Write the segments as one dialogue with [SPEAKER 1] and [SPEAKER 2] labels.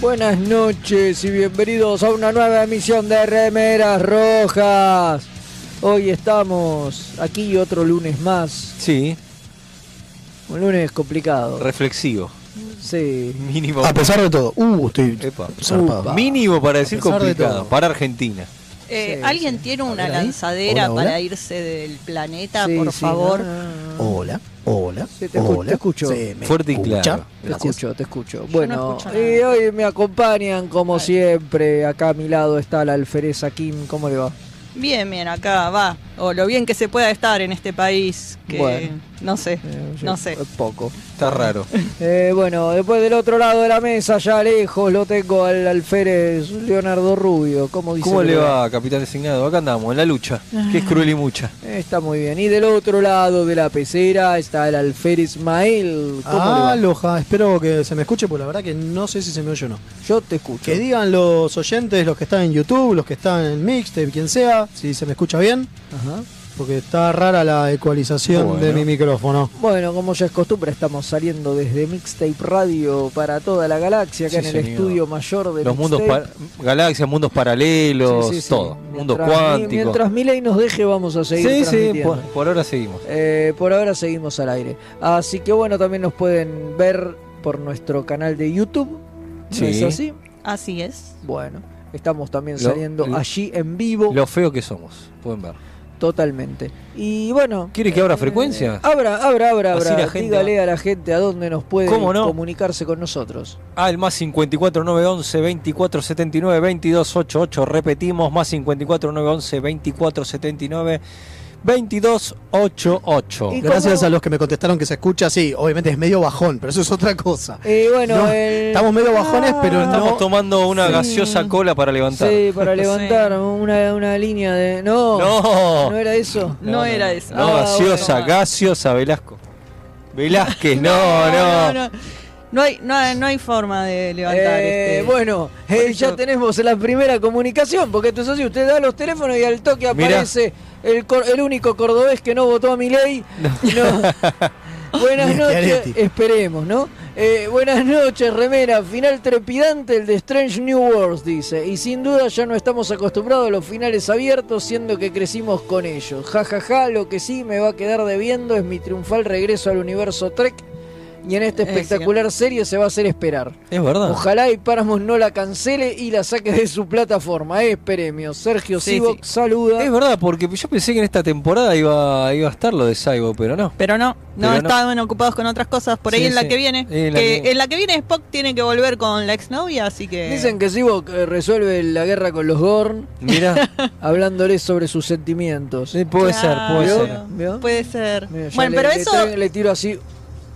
[SPEAKER 1] Buenas noches y bienvenidos a una nueva emisión de Remeras Rojas. Hoy estamos aquí otro lunes más.
[SPEAKER 2] Sí,
[SPEAKER 1] Un lunes complicado.
[SPEAKER 2] reflexivo.
[SPEAKER 1] Sí.
[SPEAKER 2] Mínimo.
[SPEAKER 3] A pesar de todo, uh, estoy
[SPEAKER 2] Epa.
[SPEAKER 3] zarpado.
[SPEAKER 1] Upa.
[SPEAKER 2] Mínimo para decir
[SPEAKER 3] pesar de
[SPEAKER 2] complicado.
[SPEAKER 3] todo.
[SPEAKER 2] Para Argentina.
[SPEAKER 4] Eh,
[SPEAKER 1] Sí,
[SPEAKER 4] ¿Alguien tiene una
[SPEAKER 3] ver ahí.
[SPEAKER 4] lanzadera
[SPEAKER 3] Hola, hola.
[SPEAKER 4] para irse del planeta,
[SPEAKER 1] Sí,
[SPEAKER 4] por
[SPEAKER 1] sí,
[SPEAKER 4] favor?
[SPEAKER 1] no, no,
[SPEAKER 2] Oh,
[SPEAKER 1] no.
[SPEAKER 3] Hola, hola,
[SPEAKER 1] Sí, te escu-
[SPEAKER 3] hola.
[SPEAKER 1] te escucho.
[SPEAKER 3] Sí, me
[SPEAKER 2] Fuerte y
[SPEAKER 3] escucha.
[SPEAKER 2] claro.
[SPEAKER 1] Te
[SPEAKER 3] Gracias.
[SPEAKER 1] escucho, te escucho. Bueno,
[SPEAKER 4] escucho
[SPEAKER 1] y
[SPEAKER 4] nada.
[SPEAKER 1] hoy me acompañan como siempre. Acá a mi lado está la alfereza Kim. ¿Cómo le va?
[SPEAKER 4] Bien, bien, acá va. O lo bien que se pueda estar en este país, que
[SPEAKER 1] Bueno.
[SPEAKER 4] no sé,
[SPEAKER 1] Eh,
[SPEAKER 4] no
[SPEAKER 1] yo-
[SPEAKER 4] sé.
[SPEAKER 1] Poco.
[SPEAKER 2] Está raro.
[SPEAKER 1] Eh, bueno, después del otro lado de la mesa, ya lejos, lo tengo al alférez Leonardo Rubio. ¿Cómo, dice
[SPEAKER 2] ¿Cómo
[SPEAKER 1] que
[SPEAKER 2] le
[SPEAKER 1] le
[SPEAKER 2] va, capitán designado? Acá andamos, en la lucha. Que es cruel y mucha.
[SPEAKER 1] Eh, Está muy bien. Y del otro lado de la pecera está el alférez Mael. ¿Cómo
[SPEAKER 2] Ah,
[SPEAKER 1] le va?
[SPEAKER 3] Aloha, espero que se me escuche, porque la verdad que no sé si se me oye o no.
[SPEAKER 1] Yo te escucho.
[SPEAKER 3] Que digan los oyentes, los que están en YouTube, los que están en Mixtape, quien sea, si se me escucha bien,
[SPEAKER 1] Ajá.
[SPEAKER 3] porque está rara la ecualización
[SPEAKER 2] Bueno.
[SPEAKER 3] de mi micrófono.
[SPEAKER 1] Bueno, como ya es costumbre, estamos saliendo desde Mixtape Radio para toda la galaxia, acá
[SPEAKER 2] Sí,
[SPEAKER 1] en el
[SPEAKER 2] señor.
[SPEAKER 1] estudio mayor de
[SPEAKER 2] Los mundos,
[SPEAKER 1] Mixtape.
[SPEAKER 2] pa- galaxias, mundos paralelos,
[SPEAKER 1] Sí, sí, sí.
[SPEAKER 2] todo. Mundo
[SPEAKER 1] Mientras-
[SPEAKER 2] cuántico.
[SPEAKER 1] Mientras Milei nos deje, vamos a seguir
[SPEAKER 2] sí, pues. sí,
[SPEAKER 1] transmitiendo.
[SPEAKER 2] por, por ahora seguimos.
[SPEAKER 1] Eh, por ahora seguimos al aire. Así que bueno, también nos pueden ver por nuestro canal de YouTube. ¿No
[SPEAKER 2] Sí.
[SPEAKER 1] es así?
[SPEAKER 4] Así es.
[SPEAKER 1] Bueno, estamos también
[SPEAKER 2] Lo-
[SPEAKER 1] saliendo
[SPEAKER 2] lo-
[SPEAKER 1] allí en vivo
[SPEAKER 2] Lo feo que somos, pueden ver.
[SPEAKER 1] totalmente. Y bueno. eh,
[SPEAKER 2] ¿Quiere que abra frecuencia?
[SPEAKER 1] Abra, abra, abra,
[SPEAKER 2] Así
[SPEAKER 1] abra.
[SPEAKER 2] la gente
[SPEAKER 1] Dígale a la gente a dónde nos puede
[SPEAKER 2] ¿Cómo no?
[SPEAKER 1] comunicarse con nosotros.
[SPEAKER 2] Ah, el más 54 911 24 79 22 88. Repetimos, más 54 911 24 79 22 88.
[SPEAKER 1] Y-
[SPEAKER 3] Gracias
[SPEAKER 1] cómo-
[SPEAKER 3] a los que me contestaron que se escucha, sí, obviamente es medio bajón, pero eso es otra cosa.
[SPEAKER 1] Eh, bueno,
[SPEAKER 3] No,
[SPEAKER 1] el-
[SPEAKER 3] Estamos medio bajones, pero
[SPEAKER 2] Estamos
[SPEAKER 3] no.
[SPEAKER 2] tomando una
[SPEAKER 1] Sí.
[SPEAKER 2] gaseosa cola para levantar.
[SPEAKER 1] Sí, para levantar una, una línea de. No,
[SPEAKER 2] No,
[SPEAKER 1] no era eso.
[SPEAKER 4] No, era eso.
[SPEAKER 2] No,
[SPEAKER 1] Ah,
[SPEAKER 2] gaseosa,
[SPEAKER 4] bueno.
[SPEAKER 2] gaseosa, Velasco. Velázquez, no, no.
[SPEAKER 4] no. No hay, no, hay- no hay forma de levantar
[SPEAKER 1] Eh,
[SPEAKER 4] este.
[SPEAKER 1] Bueno, eh,
[SPEAKER 4] eso-
[SPEAKER 1] ya tenemos la primera comunicación, porque esto es así, usted da los teléfonos y al toque
[SPEAKER 2] Mirá.
[SPEAKER 1] aparece el, cor- el único cordobés que no votó a mi ley. buenas noches,
[SPEAKER 3] Schiaretti.
[SPEAKER 1] esperemos, ¿no? Eh, buenas noches, remera. Final trepidante el de Strange New Worlds, dice. Y sin duda ya no estamos acostumbrados a los finales abiertos, siendo que crecimos con ellos. Ja, ja, ja, lo que sí me va a quedar debiendo es mi triunfal regreso al universo Trek. Y en esta
[SPEAKER 4] Es cierto.
[SPEAKER 1] espectacular serie se va a hacer esperar.
[SPEAKER 2] Es verdad.
[SPEAKER 4] Ah.
[SPEAKER 1] Ojalá y Paramount no la cancele y la saque de su plataforma. Es premio. Sergio
[SPEAKER 4] Sí,
[SPEAKER 1] Sivok saluda.
[SPEAKER 2] Es verdad, porque yo pensé que en esta temporada iba, iba a estar lo de Saibo, pero no.
[SPEAKER 4] Pero no, no,
[SPEAKER 2] Pero no.
[SPEAKER 4] estaban ocupados con otras cosas. Por ahí
[SPEAKER 2] Sí,
[SPEAKER 4] en la
[SPEAKER 2] sí.
[SPEAKER 4] que viene.
[SPEAKER 2] En la
[SPEAKER 4] que-
[SPEAKER 2] que-
[SPEAKER 4] en la que viene Spock tiene que volver con la exnovia, así que.
[SPEAKER 1] Dicen que Sivok eh, resuelve la guerra con los Gorn
[SPEAKER 2] Mira,
[SPEAKER 4] Ah.
[SPEAKER 1] hablándoles sobre sus sentimientos.
[SPEAKER 2] sí, puede
[SPEAKER 4] Claro,
[SPEAKER 2] ser,
[SPEAKER 1] ¿Vio?
[SPEAKER 2] puede ser.
[SPEAKER 1] ¿Vio?
[SPEAKER 4] Puede ser.
[SPEAKER 1] Mira, ya
[SPEAKER 4] bueno,
[SPEAKER 1] le-
[SPEAKER 4] pero
[SPEAKER 1] le
[SPEAKER 4] eso.
[SPEAKER 1] tra- Le tiro así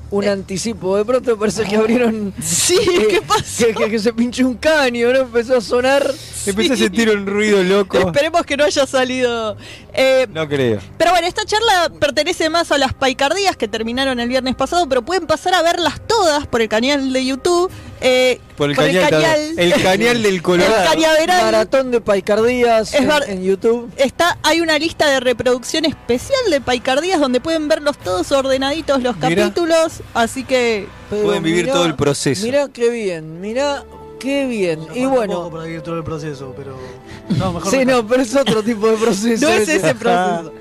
[SPEAKER 1] un anticipo. De pronto parece que abrieron...
[SPEAKER 4] Sí, Ah. ¿qué pasó?
[SPEAKER 1] Eh, Que, que- que se pinchó un caño, ¿no? Empezó a sonar.
[SPEAKER 2] Empecé a sentir un ruido loco.
[SPEAKER 4] Esperemos que no haya salido. Eh,
[SPEAKER 2] No creo.
[SPEAKER 4] Pero bueno, esta charla pertenece más a las paicardías que terminaron el viernes pasado, pero pueden pasar a verlas todas por el canal de YouTube. eh,
[SPEAKER 2] Por el cañal.
[SPEAKER 4] cañal,
[SPEAKER 2] El cañal del Colorado. Eh,
[SPEAKER 4] el cañaveral.
[SPEAKER 1] Maratón de paicardías
[SPEAKER 4] Es
[SPEAKER 1] en,
[SPEAKER 4] bar-
[SPEAKER 1] en YouTube.
[SPEAKER 4] Está, hay una lista de reproducción especial de paicardías donde pueden verlos todos ordenaditos los
[SPEAKER 2] Mirá.
[SPEAKER 4] capítulos. Así que
[SPEAKER 1] Pero
[SPEAKER 2] Pueden vivir
[SPEAKER 1] mirá-
[SPEAKER 2] todo el proceso.
[SPEAKER 1] Mirá qué bien, mirá qué bien. Y bueno,
[SPEAKER 3] Para vivir todo el proceso, pero.
[SPEAKER 1] Sí, no, pero es otro tipo de proceso.
[SPEAKER 4] no es ese proceso.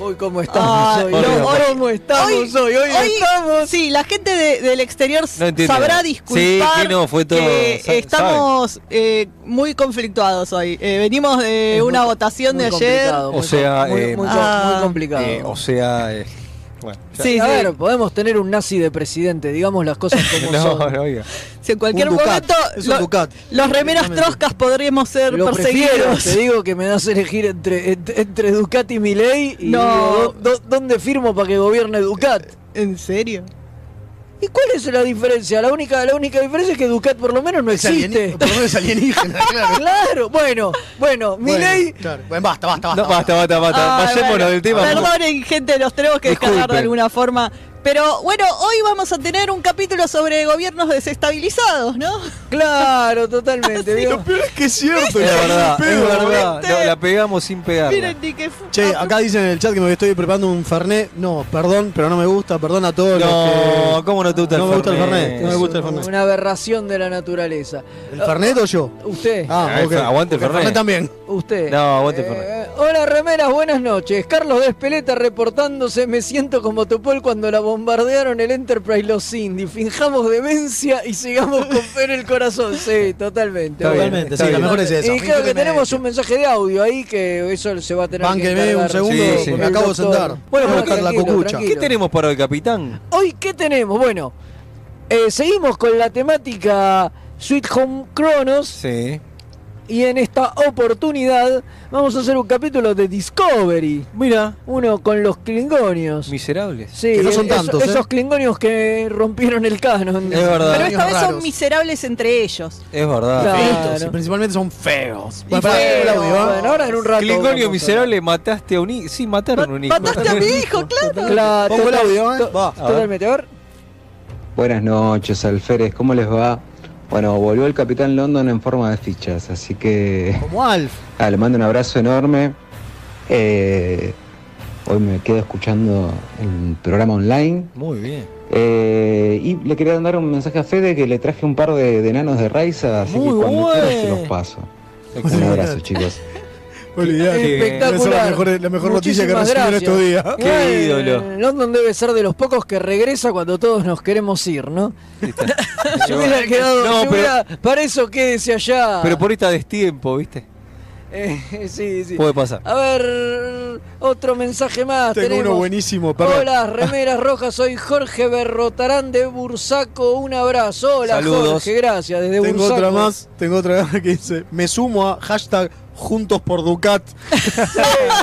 [SPEAKER 1] Hoy cómo estamos
[SPEAKER 4] Ay,
[SPEAKER 1] hoy.
[SPEAKER 2] no,
[SPEAKER 1] no,
[SPEAKER 4] ah, hoy-
[SPEAKER 1] cómo estamos hoy. Hoy,
[SPEAKER 4] hoy-
[SPEAKER 1] estamos.
[SPEAKER 4] Sí, la gente de- del exterior
[SPEAKER 2] No entiendo
[SPEAKER 4] sabrá
[SPEAKER 2] nada.
[SPEAKER 4] disculpar
[SPEAKER 2] Sí, que no, fue todo-
[SPEAKER 4] que
[SPEAKER 2] sa-
[SPEAKER 4] estamos eh, muy conflictuados hoy. Eh, venimos de
[SPEAKER 1] Es
[SPEAKER 4] una
[SPEAKER 1] muy-
[SPEAKER 4] votación
[SPEAKER 1] muy
[SPEAKER 4] de ayer.
[SPEAKER 1] complicado,
[SPEAKER 2] O
[SPEAKER 1] muy
[SPEAKER 2] sea,
[SPEAKER 1] com- muy,
[SPEAKER 2] eh,
[SPEAKER 1] muy com-
[SPEAKER 4] Ah.
[SPEAKER 1] muy complicado.
[SPEAKER 2] Eh, o sea, eh, bueno. ya-
[SPEAKER 4] Sí,
[SPEAKER 1] a
[SPEAKER 4] sí.
[SPEAKER 1] ver, podemos tener un nazi de presidente, digamos las cosas como
[SPEAKER 2] No,
[SPEAKER 1] son.
[SPEAKER 2] no, oiga.
[SPEAKER 4] Si en cualquier
[SPEAKER 3] Un Ducat,
[SPEAKER 4] momento
[SPEAKER 3] es un Ducat.
[SPEAKER 4] los remeras
[SPEAKER 3] Directamente.
[SPEAKER 4] troscas podríamos ser
[SPEAKER 1] Lo prefiero,
[SPEAKER 4] perseguidos.
[SPEAKER 1] te digo que me das a elegir entre, entre, entre Ducat y Milei y
[SPEAKER 4] No.
[SPEAKER 1] digo, ¿dó- dó- ¿dónde firmo para que gobierne Ducat?
[SPEAKER 4] ¿En serio?
[SPEAKER 1] ¿Y cuál es la diferencia? La única, la única diferencia es que Ducat por lo menos no existe.
[SPEAKER 3] Por lo menos es alienígena, claro.
[SPEAKER 1] Claro, bueno, bueno,
[SPEAKER 3] Bueno,
[SPEAKER 1] Milei
[SPEAKER 3] claro. Bueno, basta, basta, basta.
[SPEAKER 2] No, basta, basta, basta.
[SPEAKER 4] Ay,
[SPEAKER 2] Vayémonos
[SPEAKER 4] bueno,
[SPEAKER 2] Ah, del tema.
[SPEAKER 4] Perdonen, gente, los tenemos que descargar de
[SPEAKER 2] Disculpen.
[SPEAKER 4] alguna forma. Pero bueno, hoy vamos a tener un capítulo sobre gobiernos desestabilizados, ¿no?
[SPEAKER 1] Claro, totalmente. ¿vio?
[SPEAKER 5] Lo peor es que es cierto,
[SPEAKER 2] Es
[SPEAKER 5] ya,
[SPEAKER 2] verdad,
[SPEAKER 5] sin
[SPEAKER 2] es
[SPEAKER 5] pedo,
[SPEAKER 2] verdad.
[SPEAKER 4] ¿viste?
[SPEAKER 2] No, la pegamos sin pegarla.
[SPEAKER 4] Miren, ni que Ah,
[SPEAKER 3] Che, acá dicen en el chat que me estoy preparando un Fernet. No, perdón, pero no me gusta. Perdón a todos
[SPEAKER 2] No,
[SPEAKER 3] los que...
[SPEAKER 2] ¿cómo no te gusta
[SPEAKER 3] No
[SPEAKER 2] el
[SPEAKER 3] me gusta el Fernet.
[SPEAKER 2] Fernet?
[SPEAKER 3] Eh, No me gusta el Fernet.
[SPEAKER 1] Una aberración de la naturaleza.
[SPEAKER 3] ¿El Fernet o yo?
[SPEAKER 1] Usted.
[SPEAKER 3] Ah,
[SPEAKER 2] Ah,
[SPEAKER 3] ok.
[SPEAKER 2] aguante el
[SPEAKER 3] Porque
[SPEAKER 2] Fernet.
[SPEAKER 3] también.
[SPEAKER 1] Usted. Eh,
[SPEAKER 2] No, aguante, Fernet.
[SPEAKER 1] Hola remeras, buenas noches. Carlos de Espeleta reportándose. Me siento como Topol cuando la bombardearon el Enterprise los Indy. Finjamos demencia y sigamos con fe en el corazón. Sí, totalmente.
[SPEAKER 2] Está bien,
[SPEAKER 3] Totalmente,
[SPEAKER 2] está
[SPEAKER 3] sí, lo
[SPEAKER 2] bien.
[SPEAKER 3] mejor es eso.
[SPEAKER 1] Y creo que tenemos un mensaje de audio ahí que eso se va a tener que
[SPEAKER 3] Bánqueme un
[SPEAKER 1] encargar.
[SPEAKER 3] segundo,
[SPEAKER 2] Sí, sí.
[SPEAKER 3] porque me
[SPEAKER 1] El
[SPEAKER 3] acabo de
[SPEAKER 1] doctor.
[SPEAKER 3] sentar.
[SPEAKER 1] Bueno,
[SPEAKER 3] Voy a
[SPEAKER 1] no,
[SPEAKER 3] buscar la
[SPEAKER 1] tranquilo,
[SPEAKER 3] cocucha.
[SPEAKER 1] tranquilo.
[SPEAKER 2] ¿Qué tenemos para hoy, capitán?
[SPEAKER 1] Hoy, ¿qué tenemos? Bueno, eh, seguimos con la temática Sweet Home Chronos
[SPEAKER 2] Sí.
[SPEAKER 1] y en esta oportunidad vamos a hacer un capítulo de Discovery.
[SPEAKER 2] Mira,
[SPEAKER 1] Uno con los klingonios.
[SPEAKER 2] miserables.
[SPEAKER 1] Sí,
[SPEAKER 3] Que no son
[SPEAKER 1] esos-
[SPEAKER 3] tantos, ¿eh?
[SPEAKER 1] Esos klingonios que rompieron el canon.
[SPEAKER 2] Es verdad.
[SPEAKER 4] Pero esta
[SPEAKER 3] Niños
[SPEAKER 4] vez son
[SPEAKER 3] raros.
[SPEAKER 4] miserables entre ellos.
[SPEAKER 2] Es verdad.
[SPEAKER 1] Claro.
[SPEAKER 3] Feitos, y principalmente son feos. Bueno, pará,
[SPEAKER 1] Pero,
[SPEAKER 3] el audio, ¿ah?
[SPEAKER 1] bueno, ahora en un rato. vamos
[SPEAKER 2] Clingonio
[SPEAKER 1] a-
[SPEAKER 2] miserable, mataste a un hijo. Sí, mataron a un hijo.
[SPEAKER 4] Mataste a mi hijo, claro.
[SPEAKER 1] Claro,
[SPEAKER 3] Pongo el
[SPEAKER 1] total-
[SPEAKER 3] audio, ¿eh?
[SPEAKER 1] to-
[SPEAKER 3] Va.
[SPEAKER 1] Totalmente, a ver.
[SPEAKER 6] Buenas noches, Alférez, ¿cómo les va? Bueno, volvió el Capitán London en forma de fichas, así que
[SPEAKER 3] Como Alf.
[SPEAKER 6] ah, le mando un abrazo enorme. Eh, hoy me quedo escuchando el programa online.
[SPEAKER 2] Muy bien.
[SPEAKER 6] Eh, y le quería mandar un mensaje a Fede que le traje un par de, de enanos de Raiza, así
[SPEAKER 2] Muy
[SPEAKER 6] que cuando quieras
[SPEAKER 2] bueno.
[SPEAKER 6] se los paso. Un
[SPEAKER 2] Excelente.
[SPEAKER 6] abrazo, chicos.
[SPEAKER 3] Olvidate. Esa es la
[SPEAKER 1] Espectacular.
[SPEAKER 3] mejor, la mejor noticia que
[SPEAKER 1] Muchísimas
[SPEAKER 3] recibieron estos días.
[SPEAKER 1] gracias.
[SPEAKER 2] Qué
[SPEAKER 1] Igual,
[SPEAKER 2] ídolo.
[SPEAKER 1] London debe ser de los pocos que regresa cuando todos nos queremos ir, ¿no? Se
[SPEAKER 2] Yo- eh,
[SPEAKER 1] hubiera quedado.
[SPEAKER 2] No,
[SPEAKER 1] se
[SPEAKER 2] pero-
[SPEAKER 1] hubiera- para eso quédese allá.
[SPEAKER 2] Pero por esta destiempo, ¿viste?
[SPEAKER 1] Eh, sí, sí.
[SPEAKER 2] Puede pasar.
[SPEAKER 1] A ver, otro mensaje más.
[SPEAKER 3] Tengo
[SPEAKER 1] Tenemos.
[SPEAKER 3] uno buenísimo, perdón.
[SPEAKER 1] Hola, remeras rojas, soy Jorge Berrotarán de Bursaco. Un abrazo. Hola,
[SPEAKER 2] Saludos.
[SPEAKER 1] Jorge, gracias. Desde
[SPEAKER 3] Tengo
[SPEAKER 1] Bursaco.
[SPEAKER 3] otra más, tengo otra que dice, me sumo a hashtag juntos por Ducat.
[SPEAKER 1] Sí,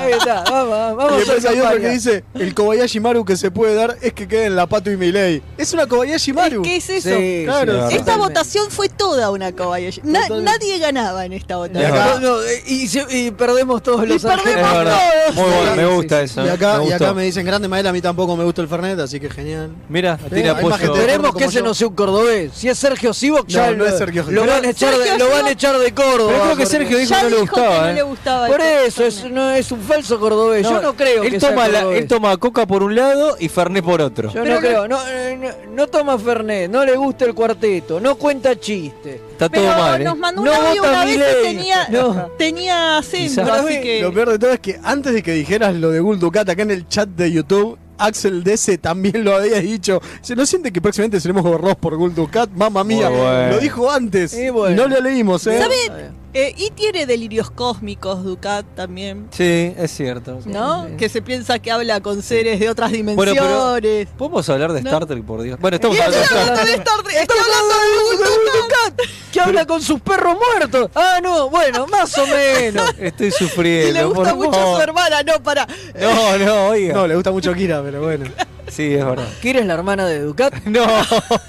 [SPEAKER 1] ahí está. Vamos, vamos
[SPEAKER 3] Y
[SPEAKER 1] a
[SPEAKER 3] después hay otro
[SPEAKER 1] campaña.
[SPEAKER 3] que dice, el Kobayashi Maru que se puede dar es que quede en la Pato y Milei. Es una Kobayashi Maru.
[SPEAKER 4] ¿Qué es eso?
[SPEAKER 1] Sí,
[SPEAKER 3] Claro,
[SPEAKER 1] sí,
[SPEAKER 3] esta
[SPEAKER 1] sí,
[SPEAKER 4] Esta
[SPEAKER 1] totalmente.
[SPEAKER 4] votación fue toda una Kobayashi. Na- nadie ganaba en esta
[SPEAKER 1] No,
[SPEAKER 3] Y
[SPEAKER 4] votación.
[SPEAKER 3] acá-
[SPEAKER 1] no, no, y, se- y perdemos todos los
[SPEAKER 4] perdemos
[SPEAKER 2] Es
[SPEAKER 1] argentinos.
[SPEAKER 2] verdad. Muy bueno, me gusta eso.
[SPEAKER 3] Y acá,
[SPEAKER 2] me
[SPEAKER 3] y acá
[SPEAKER 2] gustó.
[SPEAKER 3] me dicen, grande Mael, a mí tampoco me gusta el Fernet, así que genial.
[SPEAKER 2] Mira, tiene
[SPEAKER 3] hay más
[SPEAKER 2] apoyo.
[SPEAKER 3] gente de-
[SPEAKER 1] Esperemos
[SPEAKER 3] como
[SPEAKER 1] que ese
[SPEAKER 3] yo.
[SPEAKER 1] no sea un cordobés. Si es Sergio Sivok, ya
[SPEAKER 3] no
[SPEAKER 1] lo-
[SPEAKER 3] es Sergio
[SPEAKER 1] lo,
[SPEAKER 3] Sivok.
[SPEAKER 1] van a echar de,
[SPEAKER 4] Sergio
[SPEAKER 1] lo van a
[SPEAKER 4] Sivok-
[SPEAKER 1] echar de Córdoba.
[SPEAKER 2] Pero creo que
[SPEAKER 1] porque-
[SPEAKER 2] Sergio dijo
[SPEAKER 4] Ya
[SPEAKER 2] que no le
[SPEAKER 4] dijo que
[SPEAKER 2] gustaba,
[SPEAKER 4] no le
[SPEAKER 2] ¿eh?
[SPEAKER 4] gustaba.
[SPEAKER 1] Por
[SPEAKER 4] el
[SPEAKER 1] eso, es,
[SPEAKER 4] Fernet.
[SPEAKER 1] no, es un falso cordobés. Yo no creo
[SPEAKER 2] él
[SPEAKER 1] que sea
[SPEAKER 2] toma la-
[SPEAKER 1] cordobés.
[SPEAKER 2] él toma coca por un lado y Fernet por otro.
[SPEAKER 1] Yo no
[SPEAKER 4] Pero no-
[SPEAKER 1] creo. No, eh, no, no toma Fernet, no le gusta el cuarteto, no cuenta chistes.
[SPEAKER 2] Está todo
[SPEAKER 4] Pero
[SPEAKER 2] mal. ¿eh?
[SPEAKER 4] nos mandó
[SPEAKER 1] No
[SPEAKER 4] un audio
[SPEAKER 1] vota
[SPEAKER 4] una vez que
[SPEAKER 1] Milei.
[SPEAKER 4] tenía,
[SPEAKER 1] No.
[SPEAKER 4] tenía acento,
[SPEAKER 2] Quizás.
[SPEAKER 4] así que...
[SPEAKER 3] Lo peor de todo es que antes de que dijeras lo de Gul Ducat acá en el chat de YouTube, Axel DC también lo había dicho. Se no siente que próximamente seremos gobernados por Gul Ducat, mamá mía.
[SPEAKER 2] Muy bueno.
[SPEAKER 3] Lo dijo antes.
[SPEAKER 1] Y bueno.
[SPEAKER 3] Y no lo leímos, ¿eh?
[SPEAKER 4] ¿Sabe? Eh, y tiene delirios cósmicos Ducat también,
[SPEAKER 2] Sí, es cierto.
[SPEAKER 4] ¿no? Que se piensa que habla con seres de otras
[SPEAKER 2] pero-
[SPEAKER 4] dimensiones.
[SPEAKER 2] ¿Podemos hablar de Star Trek, por Dios? Bueno, estamos
[SPEAKER 4] Y
[SPEAKER 2] hablando de
[SPEAKER 4] estoy
[SPEAKER 2] Star Trek.
[SPEAKER 4] hablando de Star Trek, estoy hablando de Ducat.
[SPEAKER 1] Que habla con sus perros muertos. Ah, no, bueno, más o menos.
[SPEAKER 2] Estoy
[SPEAKER 4] Y
[SPEAKER 2] sufriendo.
[SPEAKER 4] le gusta
[SPEAKER 2] por
[SPEAKER 4] mucho a su
[SPEAKER 2] favor.
[SPEAKER 4] hermana, no, para.
[SPEAKER 2] No, no, oiga.
[SPEAKER 3] No, le gusta mucho Kira, pero bueno.
[SPEAKER 2] Sí, es verdad.
[SPEAKER 1] ¿Quieres la hermana de Ducat?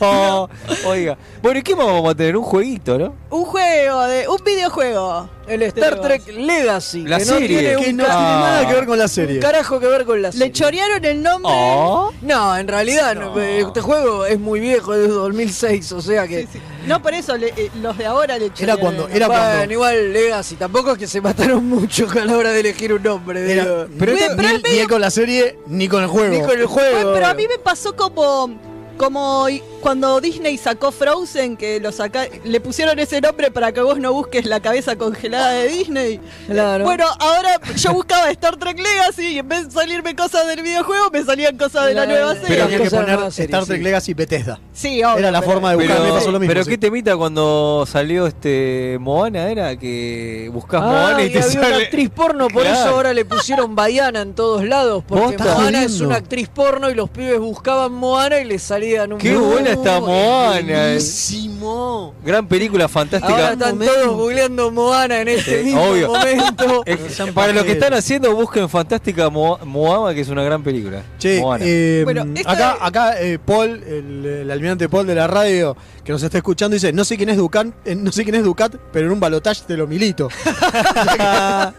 [SPEAKER 2] No, oiga. Bueno, ¿y qué más vamos a tener? Un jueguito, ¿no?
[SPEAKER 4] Un juego, de, un videojuego.
[SPEAKER 1] El Star
[SPEAKER 4] Tenemos.
[SPEAKER 1] Trek Legacy.
[SPEAKER 2] La
[SPEAKER 1] que
[SPEAKER 2] serie.
[SPEAKER 1] No tiene
[SPEAKER 3] que
[SPEAKER 1] un
[SPEAKER 3] no
[SPEAKER 1] ca-
[SPEAKER 3] tiene nada que ver con la
[SPEAKER 1] un
[SPEAKER 3] serie.
[SPEAKER 1] carajo que ver con la serie.
[SPEAKER 4] Le chorearon el nombre.
[SPEAKER 2] Oh.
[SPEAKER 1] No, en realidad no.
[SPEAKER 2] No.
[SPEAKER 1] eh, este juego es muy viejo, es de 2006, o sea que...
[SPEAKER 4] Sí, sí. No, por eso le- eh, los de ahora le chorearon.
[SPEAKER 3] Era cuando,
[SPEAKER 4] el
[SPEAKER 3] era
[SPEAKER 1] bueno,
[SPEAKER 3] cuando.
[SPEAKER 1] igual Legacy, tampoco es que se mataron mucho a la hora de elegir un nombre.
[SPEAKER 3] Era-
[SPEAKER 1] digo.
[SPEAKER 3] pero
[SPEAKER 4] Fue-
[SPEAKER 3] este-
[SPEAKER 4] pero
[SPEAKER 3] ni,
[SPEAKER 4] es medio-
[SPEAKER 3] ni con la serie, ni con el juego.
[SPEAKER 1] Ni con el
[SPEAKER 4] nombre.
[SPEAKER 1] juego.
[SPEAKER 4] Fue- pero a mí me pasó como. Como y- cuando Disney sacó Frozen, que lo saca, le pusieron ese nombre para que vos no busques la cabeza congelada de Disney.
[SPEAKER 1] Claro.
[SPEAKER 4] Bueno, ahora yo buscaba Star Trek Legacy y en vez de salirme cosas del videojuego, me salían cosas de la
[SPEAKER 1] La-
[SPEAKER 4] nueva
[SPEAKER 1] la-
[SPEAKER 4] serie.
[SPEAKER 3] Pero había que
[SPEAKER 1] Cosas de
[SPEAKER 3] poner
[SPEAKER 1] la serie,
[SPEAKER 3] Star
[SPEAKER 1] sí.
[SPEAKER 3] Trek Legacy Bethesda.
[SPEAKER 4] sí, obvio,
[SPEAKER 3] Era la
[SPEAKER 4] pero-
[SPEAKER 3] forma de buscar. me pasó lo
[SPEAKER 2] Pero,
[SPEAKER 3] mismo.
[SPEAKER 2] pero
[SPEAKER 3] sí.
[SPEAKER 2] ¿qué temita cuando salió este Moana? Era que buscas
[SPEAKER 1] Ah,
[SPEAKER 2] Moana y,
[SPEAKER 1] y
[SPEAKER 2] te
[SPEAKER 1] había una
[SPEAKER 2] sale.
[SPEAKER 1] actriz porno, por
[SPEAKER 2] Claro.
[SPEAKER 1] eso ahora le pusieron Bayana en todos lados,
[SPEAKER 3] Vos
[SPEAKER 1] porque
[SPEAKER 3] estás
[SPEAKER 1] Moana es
[SPEAKER 3] jodiendo.
[SPEAKER 1] una actriz porno y los pibes buscaban Moana y le salían un
[SPEAKER 2] Qué
[SPEAKER 1] video.
[SPEAKER 2] buena está Moana. eh.
[SPEAKER 3] Buenísimo.
[SPEAKER 2] Gran película
[SPEAKER 1] Ahora
[SPEAKER 2] fantástica.
[SPEAKER 1] están
[SPEAKER 3] momento.
[SPEAKER 1] todos googleando Moana en este
[SPEAKER 2] Sí,
[SPEAKER 1] mismo
[SPEAKER 2] obvio.
[SPEAKER 1] momento.
[SPEAKER 2] Es-
[SPEAKER 3] Sean
[SPEAKER 2] para los que
[SPEAKER 3] pajeros.
[SPEAKER 2] están haciendo, busquen Fantástica Mo- Moana, que es una gran película.
[SPEAKER 3] Che,
[SPEAKER 2] Moana.
[SPEAKER 3] eh,
[SPEAKER 4] Bueno, esta-
[SPEAKER 3] acá, acá eh, Paul, el, el almirante Paul de la radio, que nos está escuchando, dice, no sé quién es Ducat, eh, no sé quién es Ducat, pero en un balotaje te lo milito.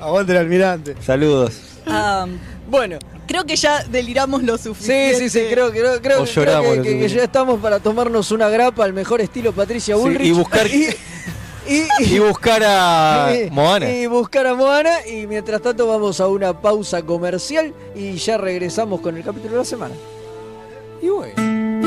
[SPEAKER 3] Aguante el almirante.
[SPEAKER 2] Saludos.
[SPEAKER 4] Ah,
[SPEAKER 1] Bueno,
[SPEAKER 4] Creo que ya deliramos lo
[SPEAKER 1] Sí,
[SPEAKER 4] suficiente.
[SPEAKER 1] sí, sí, creo, que- creo- creo
[SPEAKER 7] O
[SPEAKER 1] que-
[SPEAKER 7] lloramos,
[SPEAKER 1] creo que-
[SPEAKER 7] lo
[SPEAKER 1] que, que
[SPEAKER 7] suficiente.
[SPEAKER 1] ya estamos para tomarnos una grapa al mejor estilo Patricia
[SPEAKER 7] Sí,
[SPEAKER 1] Bullrich.
[SPEAKER 7] y buscar-
[SPEAKER 1] y, y-
[SPEAKER 7] Y buscar
[SPEAKER 2] Ah,
[SPEAKER 7] a
[SPEAKER 1] y-
[SPEAKER 7] Moana.
[SPEAKER 1] Y buscar a Moana. Y mientras tanto vamos a una pausa comercial y ya regresamos con el capítulo de la semana.
[SPEAKER 7] Y bueno.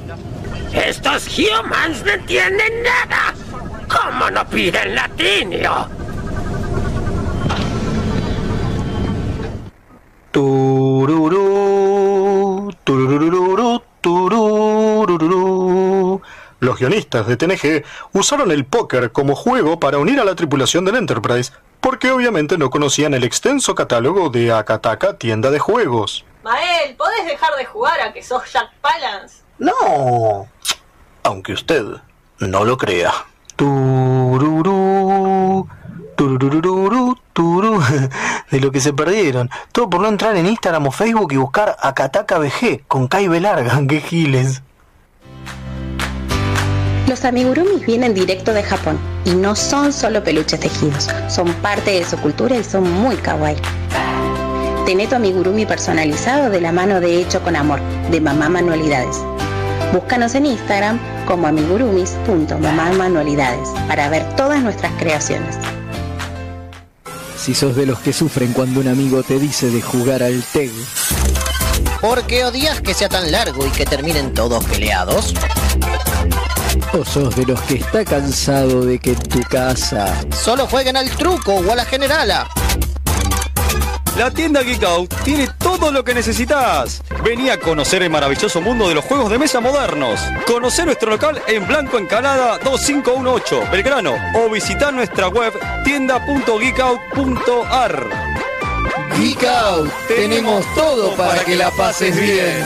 [SPEAKER 8] Estos humans no entienden nada. ¿Cómo no piden latinio?
[SPEAKER 9] Tururú, turururú, turururú. Los guionistas de TNG usaron el póker como juego para unir a la tripulación del Enterprise, porque obviamente no conocían el extenso catálogo de Akataka Tienda de Juegos.
[SPEAKER 4] Mael, ¿podés dejar de jugar a que sos Jack Palance?
[SPEAKER 9] No, aunque usted no lo crea. Tururú, turururú, turú. Uh, De lo que se perdieron. Todo por no entrar en Instagram o Facebook y buscar a Kataka BG con Caibe Larga. ¡Qué giles!
[SPEAKER 6] Los amigurumis vienen directo de Japón y no son solo peluches tejidos, son parte de su cultura y son muy kawaii. Tené tu amigurumi personalizado de la mano de Hecho con Amor, de Mamá Manualidades. Búscanos en Instagram como amigurumis.mamamanualidades para ver todas nuestras creaciones.
[SPEAKER 1] Si sos de los que sufren cuando un amigo te dice de jugar al TEG,
[SPEAKER 8] ¿Por qué odias que sea tan largo y que terminen todos peleados?
[SPEAKER 1] o sos de los que está cansado de que en tu casa
[SPEAKER 8] Solo jueguen al truco o a la generala.
[SPEAKER 2] La tienda Geek Out tiene todo lo que necesitas. Vení a conocer el maravilloso mundo de los juegos de mesa modernos. Conocer nuestro local en Blanco Encalada 2518, Belgrano. O visitar nuestra web tienda.geekout.ar.
[SPEAKER 1] Geek Out, tenemos todo para que la pases bien.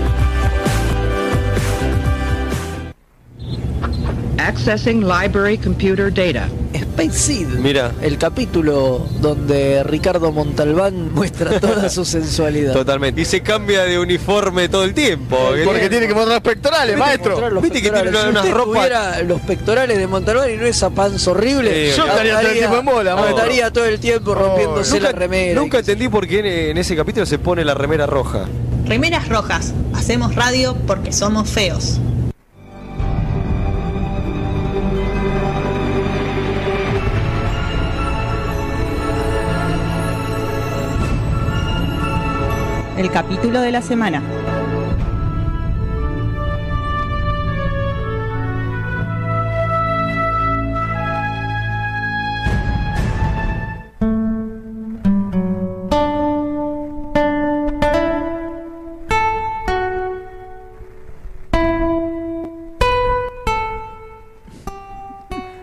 [SPEAKER 10] Accessing library computer data.
[SPEAKER 1] Space Seed.
[SPEAKER 7] Mira.
[SPEAKER 1] El capítulo donde Ricardo Montalbán muestra toda su sensualidad.
[SPEAKER 7] Totalmente. Y se cambia de uniforme todo el tiempo.
[SPEAKER 3] Porque tiene que mostrar los pectorales, maestro.
[SPEAKER 1] Mostrar los
[SPEAKER 7] Viste que tiene
[SPEAKER 1] pectorales.
[SPEAKER 7] una-
[SPEAKER 1] si usted
[SPEAKER 7] una ropa-
[SPEAKER 1] tuviera los pectorales de Montalbán y no esa panza horrible,
[SPEAKER 7] Sí, Yo
[SPEAKER 3] estaría todo el tiempo en bola, maestro.
[SPEAKER 1] estaría todo el tiempo rompiéndose la remera.
[SPEAKER 7] nunca entendí por qué en, en ese capítulo se pone la remera roja.
[SPEAKER 10] Remeras rojas. Hacemos radio porque somos feos.
[SPEAKER 4] El capítulo de la semana.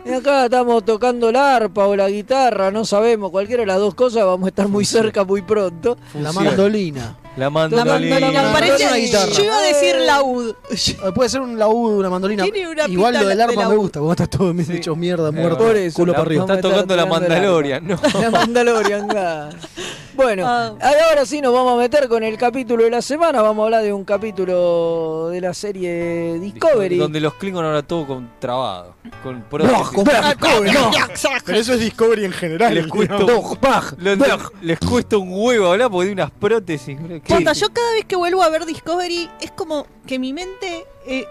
[SPEAKER 1] Y acá estamos tocando la arpa o la guitarra, no sabemos, cualquiera de las dos cosas, vamos a estar muy cerca muy pronto.
[SPEAKER 3] La mandolina.
[SPEAKER 7] La
[SPEAKER 1] La mandolina.
[SPEAKER 7] mandolina.
[SPEAKER 1] mandolina.
[SPEAKER 4] Parece-
[SPEAKER 3] una guitarra.
[SPEAKER 4] yo iba a decir laúd.
[SPEAKER 3] Eh, Puede ser un laúd, una mandolina.
[SPEAKER 4] Tiene una
[SPEAKER 3] Igual
[SPEAKER 4] pinta
[SPEAKER 3] lo del
[SPEAKER 4] de
[SPEAKER 3] arpa me
[SPEAKER 4] laúd.
[SPEAKER 3] gusta, porque está todo mis hechos mierda, muerto.
[SPEAKER 1] Por eso,
[SPEAKER 3] Eh, culo
[SPEAKER 1] la-
[SPEAKER 3] para arriba.
[SPEAKER 1] vamos a
[SPEAKER 7] Está
[SPEAKER 1] estar
[SPEAKER 7] tocando la
[SPEAKER 1] tocando el
[SPEAKER 7] Mandalorian,
[SPEAKER 1] arpa. La Mandalorian, claro. Bueno, ahora sí nos vamos a meter con el capítulo de la semana. Vamos a hablar de un capítulo de la serie Discovery.
[SPEAKER 2] Donde los Klingon ahora todo con trabado. Con
[SPEAKER 3] Baj, baj, baj. Pero eso es Discovery en general.
[SPEAKER 2] Les cuesta, un-
[SPEAKER 3] Baj, baj,
[SPEAKER 2] les-
[SPEAKER 3] baj.
[SPEAKER 2] les cuesta un huevo hablar porque de unas prótesis. boludo. ¿Qué-
[SPEAKER 4] Posta, yo cada vez que vuelvo a ver Discovery es como que mi mente eh,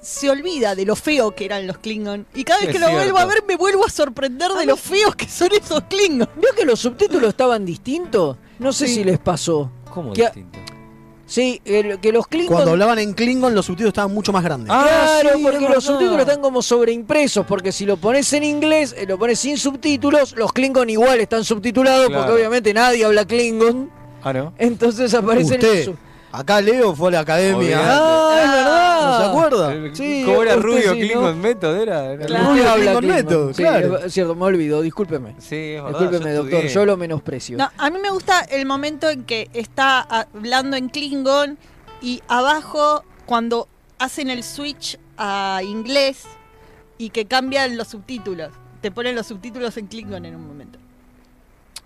[SPEAKER 4] se olvida de lo feo que eran los Klingon. Y cada vez
[SPEAKER 1] Es
[SPEAKER 4] que lo vuelvo a
[SPEAKER 1] cierto.
[SPEAKER 4] ver me vuelvo a sorprender de lo feo que son esos Klingon.
[SPEAKER 1] ¿Vio que los subtítulos estaban distintos? No sé si les pasó.
[SPEAKER 2] ¿Cómo
[SPEAKER 1] Que a- Sí, el- que los Klingon...
[SPEAKER 3] Cuando hablaban en Klingon, los subtítulos estaban mucho más grandes.
[SPEAKER 4] Ah,
[SPEAKER 2] Ah,
[SPEAKER 1] Claro, porque
[SPEAKER 2] es
[SPEAKER 1] los
[SPEAKER 2] verdad.
[SPEAKER 1] subtítulos están como sobreimpresos, porque si lo pones en inglés, eh, lo pones sin subtítulos, los Klingon igual están subtitulados,
[SPEAKER 2] Claro.
[SPEAKER 1] porque obviamente nadie habla Klingon,
[SPEAKER 2] Ah, no.
[SPEAKER 1] entonces aparecen en
[SPEAKER 3] Usted,
[SPEAKER 1] sub-
[SPEAKER 3] acá Leo fue a la academia.
[SPEAKER 1] Ah, es verdad.
[SPEAKER 3] ¿No se acuerda?
[SPEAKER 2] Eh,
[SPEAKER 1] Sí,
[SPEAKER 2] ¿Cómo era
[SPEAKER 1] usted
[SPEAKER 2] Rubio
[SPEAKER 1] sí, ¿no?
[SPEAKER 2] Klingon Method? Era, era-
[SPEAKER 1] Claro.
[SPEAKER 3] Rubio
[SPEAKER 1] Habla
[SPEAKER 3] Klingon Neto,
[SPEAKER 1] Sí,
[SPEAKER 3] claro.
[SPEAKER 1] es cierto, me olvido, discúlpeme.
[SPEAKER 2] Sí, es verdad,
[SPEAKER 1] Discúlpeme,
[SPEAKER 2] yo
[SPEAKER 1] doctor,
[SPEAKER 2] estudié.
[SPEAKER 1] yo lo menosprecio.
[SPEAKER 4] No, a mí me gusta el momento en que está hablando en Klingon y abajo cuando hacen el switch a inglés y que cambian los subtítulos. Te ponen los subtítulos en Klingon en un momento.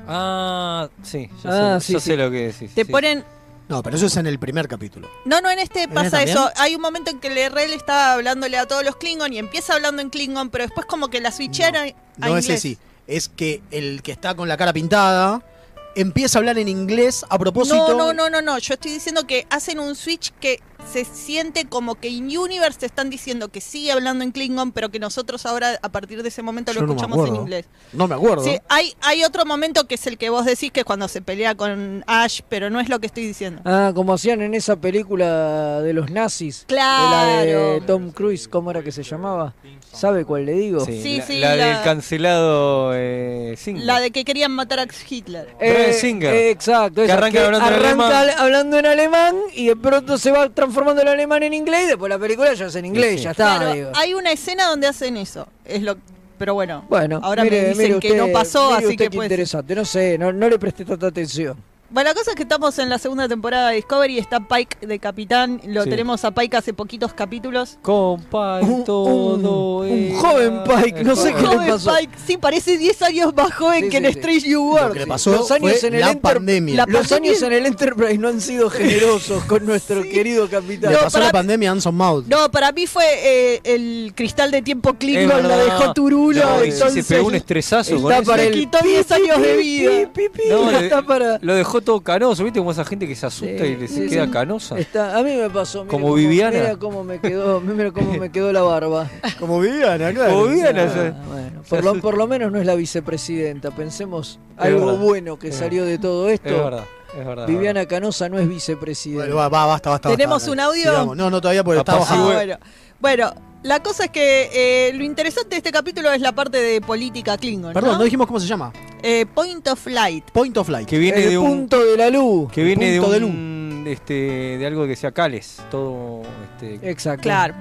[SPEAKER 2] Ah, sí, yo,
[SPEAKER 1] Ah,
[SPEAKER 2] sé,
[SPEAKER 1] sí,
[SPEAKER 2] yo
[SPEAKER 1] sí.
[SPEAKER 2] sé lo que decís.
[SPEAKER 4] Te
[SPEAKER 2] sí.
[SPEAKER 4] ponen
[SPEAKER 3] No, pero eso es en el primer capítulo.
[SPEAKER 4] No, no, en este
[SPEAKER 3] ¿En
[SPEAKER 4] pasa
[SPEAKER 3] este
[SPEAKER 4] eso.
[SPEAKER 3] también?
[SPEAKER 4] Hay un momento en que el RL está hablándole a todos los Klingon y empieza hablando en Klingon, pero después como que la switchera a
[SPEAKER 3] No
[SPEAKER 4] inglés.
[SPEAKER 3] es así. Es que el que está con la cara pintada empieza a hablar en inglés a propósito.
[SPEAKER 4] No, no, no, no, no. Yo estoy diciendo que hacen un switch que se siente como que en Universe te están diciendo que sigue hablando en Klingon, pero que nosotros ahora a partir de ese momento
[SPEAKER 3] Yo
[SPEAKER 4] lo
[SPEAKER 3] no me
[SPEAKER 4] escuchamos en
[SPEAKER 3] acuerdo.
[SPEAKER 4] inglés.
[SPEAKER 3] No me acuerdo.
[SPEAKER 4] Sí, hay, hay otro momento que es el que vos decís que es cuando se pelea con Ash, pero no es lo que estoy diciendo.
[SPEAKER 1] Ah, como hacían en esa película de los nazis. de La de
[SPEAKER 4] Claro.
[SPEAKER 1] Tom Cruise, ¿cómo era que se llamaba? ¿Sabe cuál le digo?
[SPEAKER 2] Sí,
[SPEAKER 4] Sí,
[SPEAKER 2] la,
[SPEAKER 4] sí,
[SPEAKER 2] la
[SPEAKER 4] la-
[SPEAKER 2] del cancelado eh, Singer.
[SPEAKER 4] La de que querían matar a Hitler.
[SPEAKER 2] Brian Singer.
[SPEAKER 1] Eh, exacto,
[SPEAKER 2] Que
[SPEAKER 1] esa
[SPEAKER 2] arranca hablando en
[SPEAKER 1] arranca
[SPEAKER 2] alemán.
[SPEAKER 1] hablando en alemán y de pronto se va transformando el alemán en inglés y después la película ya es en inglés,
[SPEAKER 2] sí.
[SPEAKER 1] ya está.
[SPEAKER 4] Claro,
[SPEAKER 1] digo.
[SPEAKER 4] hay una escena donde hacen eso. Es lo pero bueno.
[SPEAKER 1] Bueno,
[SPEAKER 4] ahora
[SPEAKER 1] mire-
[SPEAKER 4] me dicen
[SPEAKER 1] mire
[SPEAKER 4] que
[SPEAKER 1] usted-
[SPEAKER 4] no pasó,
[SPEAKER 1] mire
[SPEAKER 4] así
[SPEAKER 1] usted
[SPEAKER 4] que
[SPEAKER 1] qué
[SPEAKER 4] pues.
[SPEAKER 1] interesante, no sé, no, no le presté tanta atención.
[SPEAKER 4] Bueno, la cosa es que estamos en la segunda temporada de Discovery, está Pike de capitán, lo
[SPEAKER 2] Sí.
[SPEAKER 4] tenemos a Pike hace poquitos capítulos.
[SPEAKER 2] Compa, y
[SPEAKER 1] Un- un-
[SPEAKER 2] todo.
[SPEAKER 1] un
[SPEAKER 2] era-
[SPEAKER 1] joven Pike, no sé
[SPEAKER 2] El
[SPEAKER 1] qué le
[SPEAKER 2] joven-
[SPEAKER 4] Joven
[SPEAKER 1] pasó?
[SPEAKER 4] Pike, sí, parece 10 años más joven
[SPEAKER 1] Sí,
[SPEAKER 4] que
[SPEAKER 1] sí,
[SPEAKER 4] en
[SPEAKER 1] sí.
[SPEAKER 4] Strange New
[SPEAKER 3] Lo que le
[SPEAKER 4] World.
[SPEAKER 3] pasó
[SPEAKER 1] Los años
[SPEAKER 3] fue
[SPEAKER 1] en el
[SPEAKER 3] la
[SPEAKER 1] Enter-
[SPEAKER 3] pandemia.
[SPEAKER 4] La
[SPEAKER 1] Los
[SPEAKER 4] pandemia-
[SPEAKER 1] años en el Enterprise no han sido generosos con nuestro querido capitán.
[SPEAKER 3] Le
[SPEAKER 4] No,
[SPEAKER 3] pasó
[SPEAKER 4] para-
[SPEAKER 3] la pandemia a Anson Mount.
[SPEAKER 4] No, para mí fue eh, el cristal de tiempo
[SPEAKER 2] Es
[SPEAKER 4] Klingon, lo
[SPEAKER 2] verdad.
[SPEAKER 4] dejó turulo,
[SPEAKER 2] No, y
[SPEAKER 4] entonces
[SPEAKER 2] se pegó un estresazo con
[SPEAKER 1] Está
[SPEAKER 2] eso.
[SPEAKER 1] para
[SPEAKER 4] le
[SPEAKER 1] el-
[SPEAKER 4] quitó 10 años de vida.
[SPEAKER 1] Pi, pi, pi,
[SPEAKER 2] No, le-
[SPEAKER 1] está para...
[SPEAKER 2] Lo dejó todo canoso, ¿viste? Como esa gente que se asusta
[SPEAKER 1] Sí,
[SPEAKER 2] y le- se
[SPEAKER 1] sí,
[SPEAKER 2] queda
[SPEAKER 1] sí.
[SPEAKER 2] canosa.
[SPEAKER 1] Está- a mí me pasó. mire
[SPEAKER 2] Como
[SPEAKER 1] cómo-
[SPEAKER 2] Viviana.
[SPEAKER 1] Mira cómo me quedó, mira cómo me quedó la barba.
[SPEAKER 3] Como Viviana, claro.
[SPEAKER 2] Como Viviana,
[SPEAKER 1] Ah,
[SPEAKER 2] se-
[SPEAKER 1] bueno, por, lo, por lo menos no es la vicepresidenta. Pensemos
[SPEAKER 2] Es
[SPEAKER 1] algo
[SPEAKER 2] verdad.
[SPEAKER 1] bueno que salió de todo
[SPEAKER 2] Es
[SPEAKER 1] esto.
[SPEAKER 2] verdad, es verdad.
[SPEAKER 1] Viviana Canosa no es vicepresidenta.
[SPEAKER 3] Bueno, va, va, basta, basta.
[SPEAKER 4] ¿Tenemos
[SPEAKER 3] basta.
[SPEAKER 4] un audio?
[SPEAKER 3] Sigamos. No, no, todavía porque
[SPEAKER 2] Capaz
[SPEAKER 3] estamos.
[SPEAKER 2] sí,
[SPEAKER 4] Ah,
[SPEAKER 2] güey.
[SPEAKER 4] bueno. Bueno, la cosa es que eh, lo interesante de este capítulo es la parte de política Klingon.
[SPEAKER 3] Perdón,
[SPEAKER 4] ¿no?
[SPEAKER 3] no dijimos cómo se llama.
[SPEAKER 4] Eh, Point of Light.
[SPEAKER 3] Point of Light.
[SPEAKER 2] Que viene
[SPEAKER 1] el
[SPEAKER 2] de un.
[SPEAKER 1] punto de la luz.
[SPEAKER 2] Que viene de
[SPEAKER 3] punto de
[SPEAKER 2] un. Este, de algo que sea Cales. Todo. Este,
[SPEAKER 1] Exacto.
[SPEAKER 4] Claro.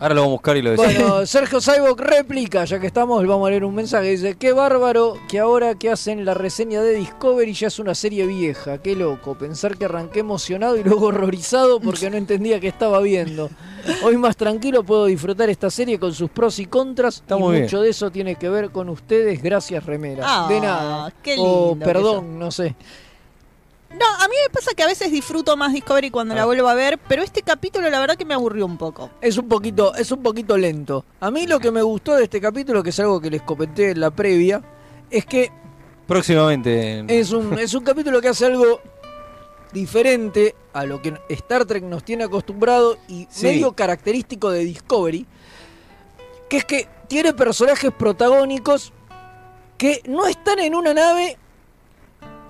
[SPEAKER 2] ahora lo vamos a buscar y lo decimos.
[SPEAKER 1] Eh, Bueno, Sergio Saibok réplica, ya que estamos, vamos a leer un mensaje. Dice, qué bárbaro que ahora que hacen la reseña de Discovery ya es una serie vieja. Qué loco, pensar que arranqué emocionado y luego horrorizado porque no entendía qué estaba viendo. Hoy más tranquilo puedo disfrutar esta serie con sus pros y contras.
[SPEAKER 2] Está
[SPEAKER 1] y
[SPEAKER 2] muy bien.
[SPEAKER 1] mucho de eso tiene que ver con ustedes. Gracias, Remera.
[SPEAKER 4] Ah,
[SPEAKER 1] de nada.
[SPEAKER 4] qué
[SPEAKER 1] o
[SPEAKER 4] lindo
[SPEAKER 1] perdón, no sé.
[SPEAKER 4] No, a mí me pasa que a veces disfruto más Discovery cuando
[SPEAKER 1] Ah.
[SPEAKER 4] la vuelvo a ver, pero este capítulo la verdad que me aburrió un poco.
[SPEAKER 1] Es un poquito, es un poquito lento. A mí lo que me gustó de este capítulo, que es algo que les comenté en la previa, es que
[SPEAKER 2] Próximamente. en-
[SPEAKER 1] Es un, es un capítulo que hace algo diferente a lo que Star Trek nos tiene acostumbrado y
[SPEAKER 2] Sí.
[SPEAKER 1] medio característico de Discovery, que es que tiene personajes protagónicos que no están en una nave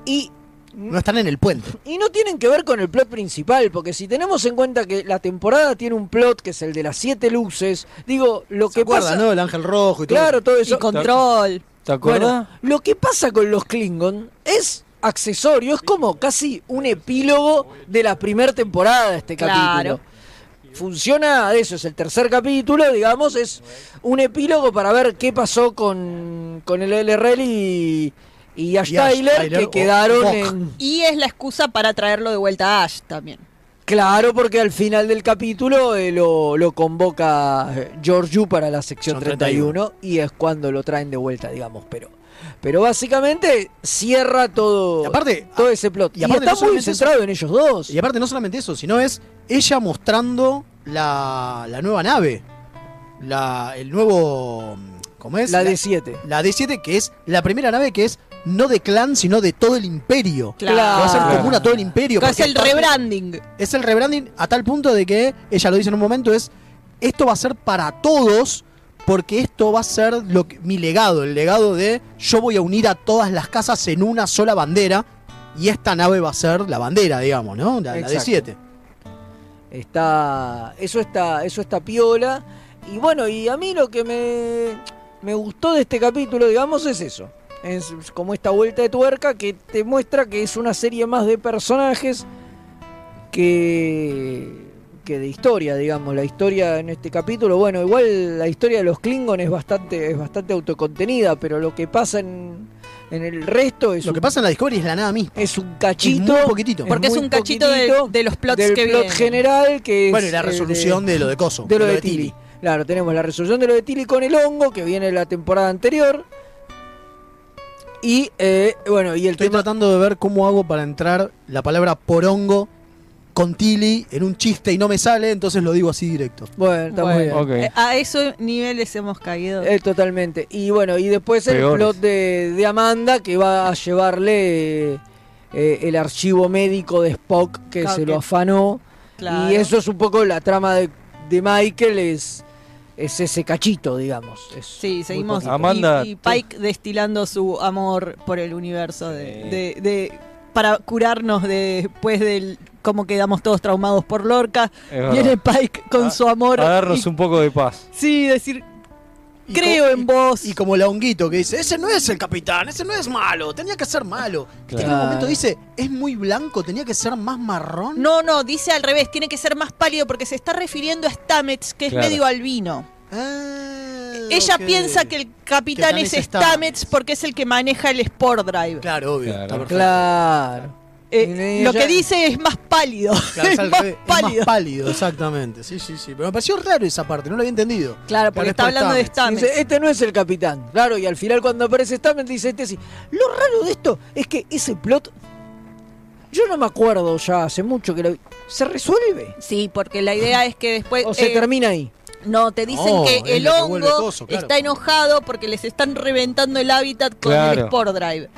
[SPEAKER 1] y
[SPEAKER 3] No están en el puente.
[SPEAKER 1] y no tienen que ver con el plot principal, porque si tenemos en cuenta que la temporada tiene un plot que es el de las siete luces, digo, lo
[SPEAKER 3] ¿Se
[SPEAKER 1] que
[SPEAKER 3] acuerdan,
[SPEAKER 1] pasa...
[SPEAKER 3] no? El ángel rojo y todo.
[SPEAKER 1] Claro, todo eso.
[SPEAKER 4] Y control.
[SPEAKER 2] ¿Te acordás?
[SPEAKER 1] Bueno, lo que pasa con los Klingon es accesorio, es como casi un epílogo de la primera temporada de este
[SPEAKER 4] Claro.
[SPEAKER 1] capítulo. Funciona eso, es el tercer capítulo, digamos, es un epílogo para ver qué pasó con, con el LRL y, y Ash
[SPEAKER 3] Y Ash
[SPEAKER 1] Tyler,
[SPEAKER 3] Tyler
[SPEAKER 1] que
[SPEAKER 3] o
[SPEAKER 1] quedaron
[SPEAKER 3] Spock.
[SPEAKER 1] en...
[SPEAKER 4] Y es la excusa para traerlo de vuelta a Ash también.
[SPEAKER 1] Claro, porque al final del capítulo eh, lo, lo convoca eh, Georgiou para la sección
[SPEAKER 3] Son
[SPEAKER 1] 31, y es cuando lo traen de vuelta, digamos, pero... Pero básicamente cierra todo,
[SPEAKER 3] aparte,
[SPEAKER 4] Ah,
[SPEAKER 1] todo ese plot. Y,
[SPEAKER 3] aparte
[SPEAKER 1] está
[SPEAKER 3] no
[SPEAKER 1] muy
[SPEAKER 3] solamente eso-
[SPEAKER 1] centrado en ellos dos.
[SPEAKER 3] Y aparte no solamente eso, sino es ella mostrando la, la nueva nave. La, el nuevo... ¿Cómo es?
[SPEAKER 1] la D7.
[SPEAKER 3] La D7, que es la primera nave que es no de clan, sino de todo el imperio. Que
[SPEAKER 4] Claro.
[SPEAKER 3] Va a ser común a todo el imperio.
[SPEAKER 4] Que es
[SPEAKER 3] porque
[SPEAKER 4] el
[SPEAKER 3] aparte-
[SPEAKER 4] rebranding.
[SPEAKER 3] Es el rebranding a tal punto de que, ella lo dice en un momento, es esto va a ser para todos porque esto va a ser lo que- mi legado, el legado de yo voy a unir a todas las casas en una sola bandera y esta nave va a ser la bandera, digamos, ¿no? La, la
[SPEAKER 1] Exacto.
[SPEAKER 3] D7.
[SPEAKER 1] Está, eso está, eso está piola. Y bueno, y a mí lo que me, me gustó de este capítulo, digamos, es eso. Es como esta vuelta de tuerca que te muestra que es una serie más de personajes que, que de historia, digamos. La historia en este capítulo, bueno, igual la historia de los Klingon es bastante, es bastante autocontenida, pero lo que pasa en, en el resto es
[SPEAKER 3] Lo que
[SPEAKER 1] un-
[SPEAKER 3] pasa en la Discovery es la nada misma.
[SPEAKER 1] es un cachito.
[SPEAKER 3] Es muy poquitito.
[SPEAKER 4] Porque es
[SPEAKER 1] muy
[SPEAKER 4] un cachito de-
[SPEAKER 1] poquitito
[SPEAKER 4] de los plots
[SPEAKER 1] del
[SPEAKER 4] que
[SPEAKER 1] plot
[SPEAKER 4] vienen.
[SPEAKER 1] general que es,
[SPEAKER 3] Bueno, y la
[SPEAKER 1] eh,
[SPEAKER 3] resolución de, lo de Coso.
[SPEAKER 1] de lo de Tilly. Claro, tenemos la resolución de lo de Tilly con el hongo, que viene la temporada anterior. Y eh, bueno, y el
[SPEAKER 3] Estoy
[SPEAKER 1] tema.
[SPEAKER 3] tratando de ver cómo hago para entrar la palabra porongo con Tilly en un chiste y no me sale, entonces lo digo así directo.
[SPEAKER 1] Bueno, está muy bien.
[SPEAKER 4] Bueno.
[SPEAKER 2] Ok.
[SPEAKER 4] Eh, A esos niveles hemos caído.
[SPEAKER 1] Eh, totalmente. Y bueno, y después el
[SPEAKER 2] Peores.
[SPEAKER 1] plot de, de Amanda que va a llevarle eh, eh, el archivo médico de Spock que
[SPEAKER 4] Claro
[SPEAKER 1] se
[SPEAKER 4] que-
[SPEAKER 1] lo afanó.
[SPEAKER 4] Claro.
[SPEAKER 1] Y eso es un poco la trama de, de Michael, es, es ese cachito, digamos. Es
[SPEAKER 4] Sí,
[SPEAKER 1] muy
[SPEAKER 4] seguimos.
[SPEAKER 1] poquito.
[SPEAKER 2] Amanda,
[SPEAKER 4] y, y
[SPEAKER 2] tú-
[SPEAKER 4] Pike destilando su amor por el universo de, de- de- para curarnos de- después del cómo quedamos todos traumados por Lorca.
[SPEAKER 2] Es
[SPEAKER 4] Viene
[SPEAKER 2] verdad.
[SPEAKER 4] Pike con
[SPEAKER 2] A-
[SPEAKER 4] su amor.
[SPEAKER 2] A darnos
[SPEAKER 4] y-
[SPEAKER 2] un poco de paz.
[SPEAKER 4] Sí, decir,
[SPEAKER 3] Y
[SPEAKER 4] creo
[SPEAKER 3] co-
[SPEAKER 4] en vos.
[SPEAKER 3] Y como la honguito que dice, ese no es el capitán, ese no es malo, tenía que ser malo. Que en
[SPEAKER 1] Claro.
[SPEAKER 3] un momento dice, es muy blanco, tenía que ser más marrón.
[SPEAKER 4] no, no, dice al revés, tiene que ser más pálido porque se está refiriendo a Stamets, que es
[SPEAKER 2] Claro.
[SPEAKER 4] medio albino.
[SPEAKER 3] Ah,
[SPEAKER 4] Ella
[SPEAKER 3] ok.
[SPEAKER 4] piensa que el capitán
[SPEAKER 3] Que
[SPEAKER 4] es
[SPEAKER 3] Stamets.
[SPEAKER 4] Stamets porque es el que maneja el Sport Drive.
[SPEAKER 3] Claro, obvio.
[SPEAKER 2] Claro.
[SPEAKER 3] está perfecto.
[SPEAKER 1] Claro.
[SPEAKER 4] Eh,
[SPEAKER 1] Y
[SPEAKER 4] lo
[SPEAKER 1] ella-
[SPEAKER 4] que dice es más pálido.
[SPEAKER 3] Claro,
[SPEAKER 4] es
[SPEAKER 3] es, al
[SPEAKER 4] más
[SPEAKER 3] revés, es más
[SPEAKER 4] pálido.
[SPEAKER 3] pálido, exactamente. Sí, sí, sí. Pero me pareció raro esa parte, no lo había entendido.
[SPEAKER 4] Claro, porque
[SPEAKER 3] Claro, es
[SPEAKER 4] está
[SPEAKER 3] por
[SPEAKER 4] hablando de
[SPEAKER 1] Y
[SPEAKER 4] Stamets.
[SPEAKER 1] dice, este no es el capitán. Claro, y al final cuando aparece Stamets dice este sí. Lo raro de esto es que ese plot, yo no me acuerdo ya hace mucho que lo vi. ¿Se
[SPEAKER 3] eh,
[SPEAKER 1] resuelve?
[SPEAKER 4] Sí, porque la idea es que después...
[SPEAKER 1] ¿O se
[SPEAKER 4] eh,
[SPEAKER 1] termina ahí?
[SPEAKER 4] no, te dicen
[SPEAKER 3] No,
[SPEAKER 4] que
[SPEAKER 3] es
[SPEAKER 4] el
[SPEAKER 3] lo que vuelve
[SPEAKER 4] hongo
[SPEAKER 3] coso, claro.
[SPEAKER 4] está enojado porque les están reventando el hábitat con el
[SPEAKER 2] Claro.
[SPEAKER 4] Sport Drive.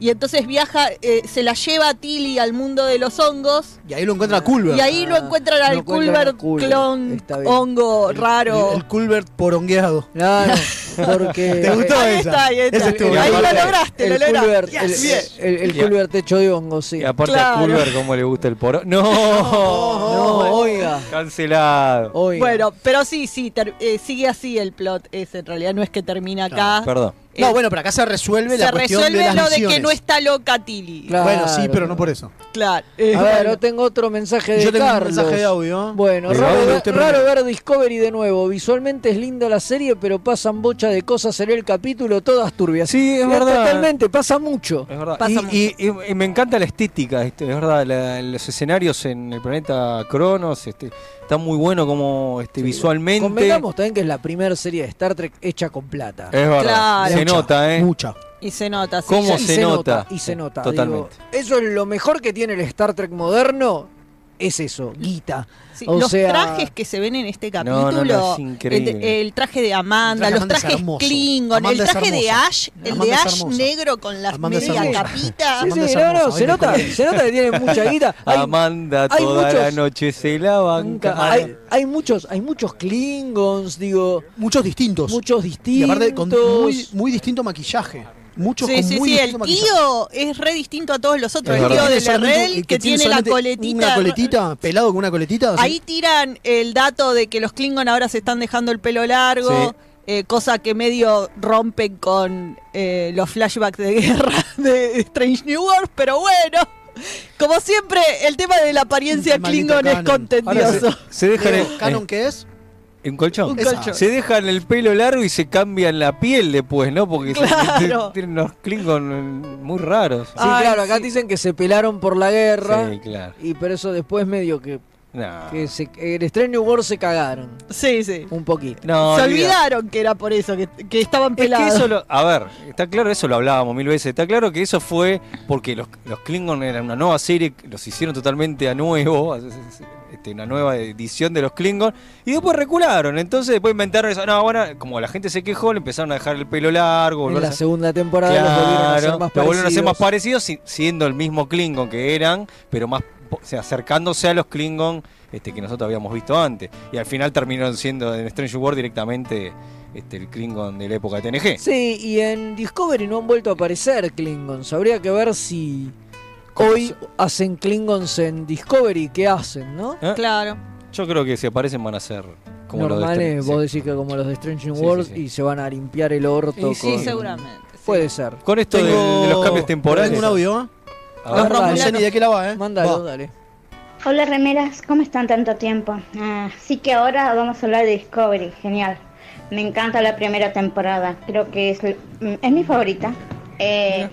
[SPEAKER 4] Y entonces viaja, eh, se la lleva a Tilly al mundo de los hongos.
[SPEAKER 3] Y ahí lo encuentra Culver.
[SPEAKER 4] Y ahí lo
[SPEAKER 1] Ah,
[SPEAKER 4] encuentran
[SPEAKER 1] lo
[SPEAKER 4] al
[SPEAKER 1] encuentran
[SPEAKER 4] Culver
[SPEAKER 1] a Culver,
[SPEAKER 4] clon
[SPEAKER 1] está bien.
[SPEAKER 4] hongo raro.
[SPEAKER 3] Ah, El, el Culver porongueado.
[SPEAKER 1] Claro, porque...
[SPEAKER 3] ¿Te gustó
[SPEAKER 4] ahí
[SPEAKER 3] esa?
[SPEAKER 4] está, ahí está.
[SPEAKER 3] Esa estuvo
[SPEAKER 4] Ahí
[SPEAKER 3] buena.
[SPEAKER 4] lo lograste, lo
[SPEAKER 1] El
[SPEAKER 4] lograste.
[SPEAKER 1] Culver, el,
[SPEAKER 3] Yes.
[SPEAKER 1] el- el
[SPEAKER 2] Yeah.
[SPEAKER 1] Culver techo de hongo, sí.
[SPEAKER 2] Y aparte
[SPEAKER 4] Claro.
[SPEAKER 2] a Culver como le gusta el poro. ¡No!
[SPEAKER 1] No, oiga,
[SPEAKER 2] Cancelado.
[SPEAKER 1] oiga.
[SPEAKER 4] Bueno, pero sí, sí, ter- eh, sigue así el plot ese. En realidad no es que termina acá.
[SPEAKER 2] Perdón.
[SPEAKER 4] Eh,
[SPEAKER 3] No, bueno, pero acá se resuelve
[SPEAKER 4] se
[SPEAKER 3] la cuestión
[SPEAKER 4] resuelve
[SPEAKER 3] de las
[SPEAKER 4] lo de que
[SPEAKER 3] misiones.
[SPEAKER 4] no está loca Tilly.
[SPEAKER 1] Claro.
[SPEAKER 3] Bueno, sí, pero no por eso.
[SPEAKER 4] Claro. Eh,
[SPEAKER 1] A ver,
[SPEAKER 4] bueno.
[SPEAKER 1] yo tengo otro mensaje de
[SPEAKER 3] Yo tengo un
[SPEAKER 1] Carlos.
[SPEAKER 3] mensaje de audio.
[SPEAKER 1] Bueno,
[SPEAKER 2] Pero
[SPEAKER 1] raro,
[SPEAKER 2] ahora
[SPEAKER 1] ver-
[SPEAKER 3] usted
[SPEAKER 1] raro
[SPEAKER 3] primero.
[SPEAKER 1] ver Discovery de nuevo. Visualmente es linda la serie, pero pasan bocha de cosas en el capítulo, todas turbias.
[SPEAKER 2] Sí, es
[SPEAKER 1] Ya,
[SPEAKER 2] verdad.
[SPEAKER 1] Totalmente, pasa mucho.
[SPEAKER 2] Es verdad.
[SPEAKER 4] Pasa
[SPEAKER 2] Y, y- y- y me encanta la estética, este, es verdad, la- los escenarios en el planeta Cronos, este, está muy bueno como este, visualmente.
[SPEAKER 1] Convengamos también que es la primera serie de Star Trek hecha con plata.
[SPEAKER 2] Es verdad,
[SPEAKER 4] Claro.
[SPEAKER 2] se nota, ¿eh?
[SPEAKER 3] Mucha.
[SPEAKER 4] Y se nota, sí.
[SPEAKER 2] ¿Cómo
[SPEAKER 1] Y
[SPEAKER 2] se nota?
[SPEAKER 1] Y se nota.
[SPEAKER 2] Totalmente.
[SPEAKER 1] digo, eso es lo mejor que tiene el Star Trek moderno. Es eso, guita.
[SPEAKER 4] Sí,
[SPEAKER 1] O
[SPEAKER 4] los
[SPEAKER 1] sea-
[SPEAKER 4] trajes que se ven en este
[SPEAKER 2] No, no,
[SPEAKER 4] capítulo,
[SPEAKER 2] no, es increíble.
[SPEAKER 4] el, el traje de Amanda,
[SPEAKER 3] El traje de
[SPEAKER 4] los
[SPEAKER 3] Amanda es
[SPEAKER 4] trajes
[SPEAKER 3] hermoso.
[SPEAKER 4] Klingon,
[SPEAKER 3] Amanda
[SPEAKER 4] el
[SPEAKER 3] es
[SPEAKER 4] traje de
[SPEAKER 3] hermosa.
[SPEAKER 4] Ash, el
[SPEAKER 3] Amanda
[SPEAKER 4] de
[SPEAKER 3] es
[SPEAKER 4] Ash
[SPEAKER 3] hermosa.
[SPEAKER 4] negro con las
[SPEAKER 3] Amanda es
[SPEAKER 4] media
[SPEAKER 3] hermosa.
[SPEAKER 4] capitas.
[SPEAKER 1] Sí, sí,
[SPEAKER 3] Amanda es
[SPEAKER 1] no, no,
[SPEAKER 3] hermosa,
[SPEAKER 1] se
[SPEAKER 3] ven,
[SPEAKER 1] nota,
[SPEAKER 3] Nicolás.
[SPEAKER 1] se nota que tiene mucha guita.
[SPEAKER 2] Ah,
[SPEAKER 1] Hay-
[SPEAKER 2] Amanda
[SPEAKER 1] hay
[SPEAKER 2] toda la
[SPEAKER 1] muchos-
[SPEAKER 2] noche se la banca.
[SPEAKER 1] hay, hay muchos, hay muchos Klingons, digo,
[SPEAKER 3] Muchos distintos.
[SPEAKER 1] muchos distintos.
[SPEAKER 3] Y aparte con muy, muy distinto maquillaje. Muchos
[SPEAKER 4] Sí,
[SPEAKER 3] con
[SPEAKER 4] sí,
[SPEAKER 3] muy
[SPEAKER 4] sí,
[SPEAKER 3] distinto
[SPEAKER 4] el
[SPEAKER 3] maquillaje.
[SPEAKER 4] tío es re distinto a todos los otros.
[SPEAKER 2] Es
[SPEAKER 4] El tío
[SPEAKER 2] verdad.
[SPEAKER 4] de
[SPEAKER 3] Tiene
[SPEAKER 4] la
[SPEAKER 3] solamente un-
[SPEAKER 4] red
[SPEAKER 3] el
[SPEAKER 4] que tiene la
[SPEAKER 3] solamente
[SPEAKER 4] coletita.
[SPEAKER 3] Una coletita, pelado con una coletita. así.
[SPEAKER 4] Ahí tiran el dato de que los Klingon ahora se están dejando el pelo largo,
[SPEAKER 2] Sí.
[SPEAKER 4] eh, cosa que medio rompen con eh, los flashbacks de guerra de Strange New World, pero bueno. Como siempre, el tema de la apariencia
[SPEAKER 3] El maldito
[SPEAKER 4] Klingon es
[SPEAKER 3] canon.
[SPEAKER 2] Ahora Ah, se,
[SPEAKER 4] contendioso.
[SPEAKER 2] se dejan
[SPEAKER 3] Diego,
[SPEAKER 2] el,
[SPEAKER 3] ¿Canon
[SPEAKER 2] eh,
[SPEAKER 3] qué es?
[SPEAKER 2] un colchón.
[SPEAKER 4] Un
[SPEAKER 3] Esa.
[SPEAKER 4] colchón.
[SPEAKER 2] Se dejan el pelo largo y se cambian la piel después, ¿no? Porque se-
[SPEAKER 4] Claro.
[SPEAKER 2] tienen unos Klingon muy raros.
[SPEAKER 1] Sí,
[SPEAKER 4] Ay,
[SPEAKER 1] claro, acá
[SPEAKER 4] sí.
[SPEAKER 1] dicen que se pelaron por la guerra.
[SPEAKER 2] Sí, Ah. claro.
[SPEAKER 1] Y por eso después medio que
[SPEAKER 2] No.
[SPEAKER 1] Que se- el Strange New World se cagaron.
[SPEAKER 4] Sí, sí.
[SPEAKER 1] Un poquito.
[SPEAKER 2] No,
[SPEAKER 4] Se
[SPEAKER 2] olvida.
[SPEAKER 4] olvidaron que era por eso, que, que estaban
[SPEAKER 2] Es que
[SPEAKER 4] pelados.
[SPEAKER 2] eso lo- a ver, está claro, eso lo hablábamos mil veces. Está claro que eso fue porque los, los Klingon eran una nueva serie, los hicieron totalmente a nuevo, este, una nueva edición de los Klingon, y después recularon. Entonces, después inventaron eso. No, bueno, como la gente se quejó, le empezaron a dejar el pelo largo,
[SPEAKER 1] en
[SPEAKER 2] volver a
[SPEAKER 1] la
[SPEAKER 2] hacer-
[SPEAKER 1] segunda temporada los volvieron a hacer
[SPEAKER 2] Claro,
[SPEAKER 1] más
[SPEAKER 2] lo volvieron a hacer más
[SPEAKER 1] parecidos.
[SPEAKER 2] parecidos, si- siendo el mismo Klingon que eran, pero más po- o sea, acercándose a los Klingon este, que nosotros habíamos visto antes. Y al final terminaron siendo en Strange World directamente este, el Klingon de la época de TNG.
[SPEAKER 1] Sí, y en Discovery no han vuelto a aparecer Klingons. Habría que ver si
[SPEAKER 2] ¿Cómo
[SPEAKER 1] hoy
[SPEAKER 2] se-
[SPEAKER 1] hacen Klingons en Discovery. ¿Qué hacen, no?
[SPEAKER 2] ¿Eh?
[SPEAKER 4] Claro.
[SPEAKER 2] Yo creo que si aparecen van a ser como los de este,
[SPEAKER 1] Normales,
[SPEAKER 2] Strange,
[SPEAKER 1] vos
[SPEAKER 2] sí.
[SPEAKER 1] decís que como los de Strange New
[SPEAKER 2] Sí, sí,
[SPEAKER 1] Worlds
[SPEAKER 2] sí.
[SPEAKER 1] y se van a limpiar el orto.
[SPEAKER 2] Y sí,
[SPEAKER 1] con-
[SPEAKER 4] Seguramente. sí.
[SPEAKER 1] Puede ser.
[SPEAKER 2] Con esto de- de, los cambios temporales.
[SPEAKER 3] Tengo un audio. ¿eh?
[SPEAKER 2] A ver,
[SPEAKER 1] Los
[SPEAKER 3] No sé
[SPEAKER 1] Romulanos.
[SPEAKER 3] ni de qué la va, ¿eh?
[SPEAKER 1] Mándalo,
[SPEAKER 3] Va.
[SPEAKER 1] dale.
[SPEAKER 8] Hola remeras, ¿cómo están tanto tiempo? Ah, Así que ahora vamos a hablar de Discovery, genial. Me encanta la primera temporada, creo que es, l- mm, es mi favorita. Eh,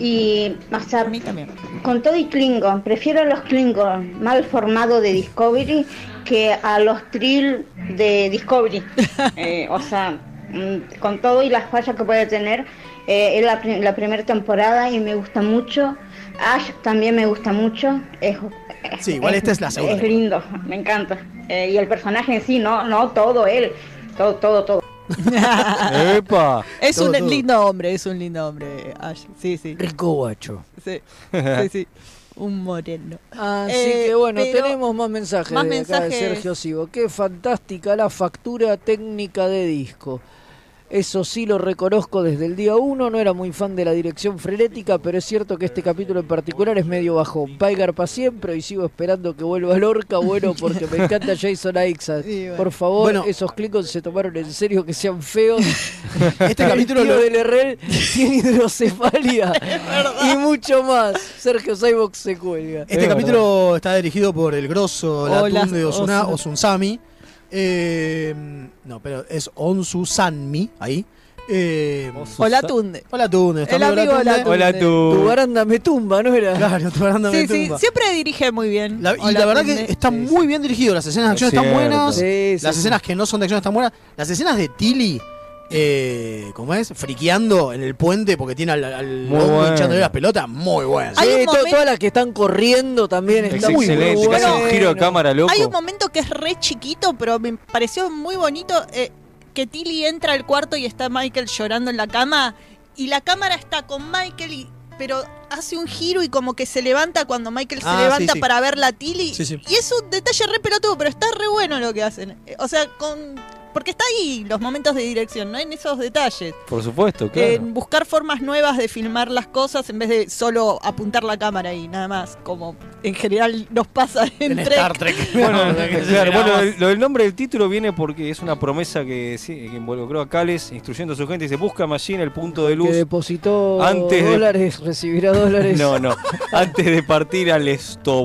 [SPEAKER 8] y, o sea,
[SPEAKER 4] A mí también.
[SPEAKER 8] con todo y Klingon, prefiero a los Klingon mal formado de Discovery que a los Trill de Discovery. Eh, o sea, mm, con todo y las fallas que puede tener, eh, es la, pri- la primera temporada y me gusta mucho. Ash también me gusta mucho. Es,
[SPEAKER 3] Sí, igual esta es la segunda.
[SPEAKER 8] Es lindo, me encanta. Eh, y el personaje en sí, no, no todo él, todo, todo, todo.
[SPEAKER 2] ¡Epa!
[SPEAKER 4] Es
[SPEAKER 3] Todo,
[SPEAKER 4] un
[SPEAKER 3] todo.
[SPEAKER 4] lindo hombre, es un lindo hombre, Ash. Sí, sí.
[SPEAKER 1] Rico guacho.
[SPEAKER 4] Sí, sí, sí. Un moreno.
[SPEAKER 1] Así
[SPEAKER 4] Eh,
[SPEAKER 1] que Ah, bueno,
[SPEAKER 4] pero-
[SPEAKER 1] tenemos más mensajes
[SPEAKER 4] más
[SPEAKER 1] de acá de
[SPEAKER 4] mensajes.
[SPEAKER 1] Sergio Sivo. Qué fantástica la factura técnica de disco. Eso sí lo reconozco desde el día uno, no era muy fan de la dirección frenética, pero es cierto que este capítulo en particular es medio bajo. Paigar para siempre y sigo esperando que vuelva Lorca, bueno, porque me encanta Jason Isaacs.
[SPEAKER 4] Y bueno.
[SPEAKER 1] Por favor,
[SPEAKER 3] Bueno.
[SPEAKER 1] esos clicos se tomaron en serio que sean feos.
[SPEAKER 3] Este capítulo
[SPEAKER 1] el tío
[SPEAKER 3] lo,
[SPEAKER 1] del Herrera tiene hidrocefalia y mucho más. Sergio Cybox se cuelga.
[SPEAKER 3] Este
[SPEAKER 2] Es
[SPEAKER 3] capítulo está dirigido por el grosso
[SPEAKER 4] O
[SPEAKER 3] Latún
[SPEAKER 4] las-
[SPEAKER 3] de Osuna,
[SPEAKER 4] Osuna.
[SPEAKER 3] Osunsami. Eh, no, pero es Onsusanmi, ahí. Eh,
[SPEAKER 4] Hola, Tunde.
[SPEAKER 3] Hola Tunde, está
[SPEAKER 4] El
[SPEAKER 3] amigo
[SPEAKER 4] amigo de
[SPEAKER 3] Latunde.
[SPEAKER 4] Latunde.
[SPEAKER 2] Hola
[SPEAKER 1] Tu
[SPEAKER 2] tú.
[SPEAKER 1] baranda me tumba, ¿no era?
[SPEAKER 3] Claro, tu baranda me
[SPEAKER 4] Sí, sí,
[SPEAKER 3] tumba.
[SPEAKER 4] siempre dirige muy bien.
[SPEAKER 3] La- y
[SPEAKER 4] Hola,
[SPEAKER 3] la verdad
[SPEAKER 4] Tunde.
[SPEAKER 3] que está
[SPEAKER 2] Sí,
[SPEAKER 3] muy bien dirigido, las escenas de
[SPEAKER 2] Es
[SPEAKER 3] acción están
[SPEAKER 2] cierto.
[SPEAKER 3] buenas,
[SPEAKER 1] Sí, sí,
[SPEAKER 3] las
[SPEAKER 1] sí.
[SPEAKER 3] escenas que no son de acción están buenas, las escenas de Tilly, eh, ¿cómo es? Friqueando en el puente porque tiene al, al
[SPEAKER 2] Muy
[SPEAKER 3] loco
[SPEAKER 2] bueno.
[SPEAKER 3] hinchándole las pelotas, muy buenas.
[SPEAKER 4] Hay
[SPEAKER 1] Sí,
[SPEAKER 4] un
[SPEAKER 1] to-
[SPEAKER 4] momento-
[SPEAKER 1] todas las que están corriendo también
[SPEAKER 2] Es
[SPEAKER 1] están muy
[SPEAKER 2] excelente, que hace un
[SPEAKER 1] buenas.
[SPEAKER 2] giro de cámara loco.
[SPEAKER 4] Hay un momento que es re chiquito, pero me pareció muy bonito eh, que Tilly entra al cuarto y está Michael llorando en la cama y la cámara está con Michael y- pero hace un giro y como que se levanta cuando Michael se
[SPEAKER 3] Ah, sí,
[SPEAKER 4] levanta
[SPEAKER 3] sí.
[SPEAKER 4] para ver la Tilly.
[SPEAKER 3] Sí, sí.
[SPEAKER 4] Y es un detalle re pelotudo, pero está re bueno lo que hacen. Eh, O sea, con porque está ahí los momentos de dirección, ¿no? En esos detalles.
[SPEAKER 2] Por supuesto, claro.
[SPEAKER 1] Eh,
[SPEAKER 4] En buscar formas nuevas de filmar las cosas en vez de solo apuntar la cámara y nada más. Como en general nos pasa
[SPEAKER 3] En
[SPEAKER 4] en
[SPEAKER 3] Star
[SPEAKER 4] Trek.
[SPEAKER 3] Trek.
[SPEAKER 2] Bueno,
[SPEAKER 3] No,
[SPEAKER 2] claro,
[SPEAKER 3] nada
[SPEAKER 2] bueno,
[SPEAKER 3] más.
[SPEAKER 2] lo- lo del nombre del título viene porque es una promesa que, sí, que involucró a Cales instruyendo a su gente. Dice, busca Machine el punto de
[SPEAKER 1] Que
[SPEAKER 2] luz.
[SPEAKER 1] depositó
[SPEAKER 2] Antes de-
[SPEAKER 1] dólares, recibirá dólares.
[SPEAKER 2] No, no. Antes de partir al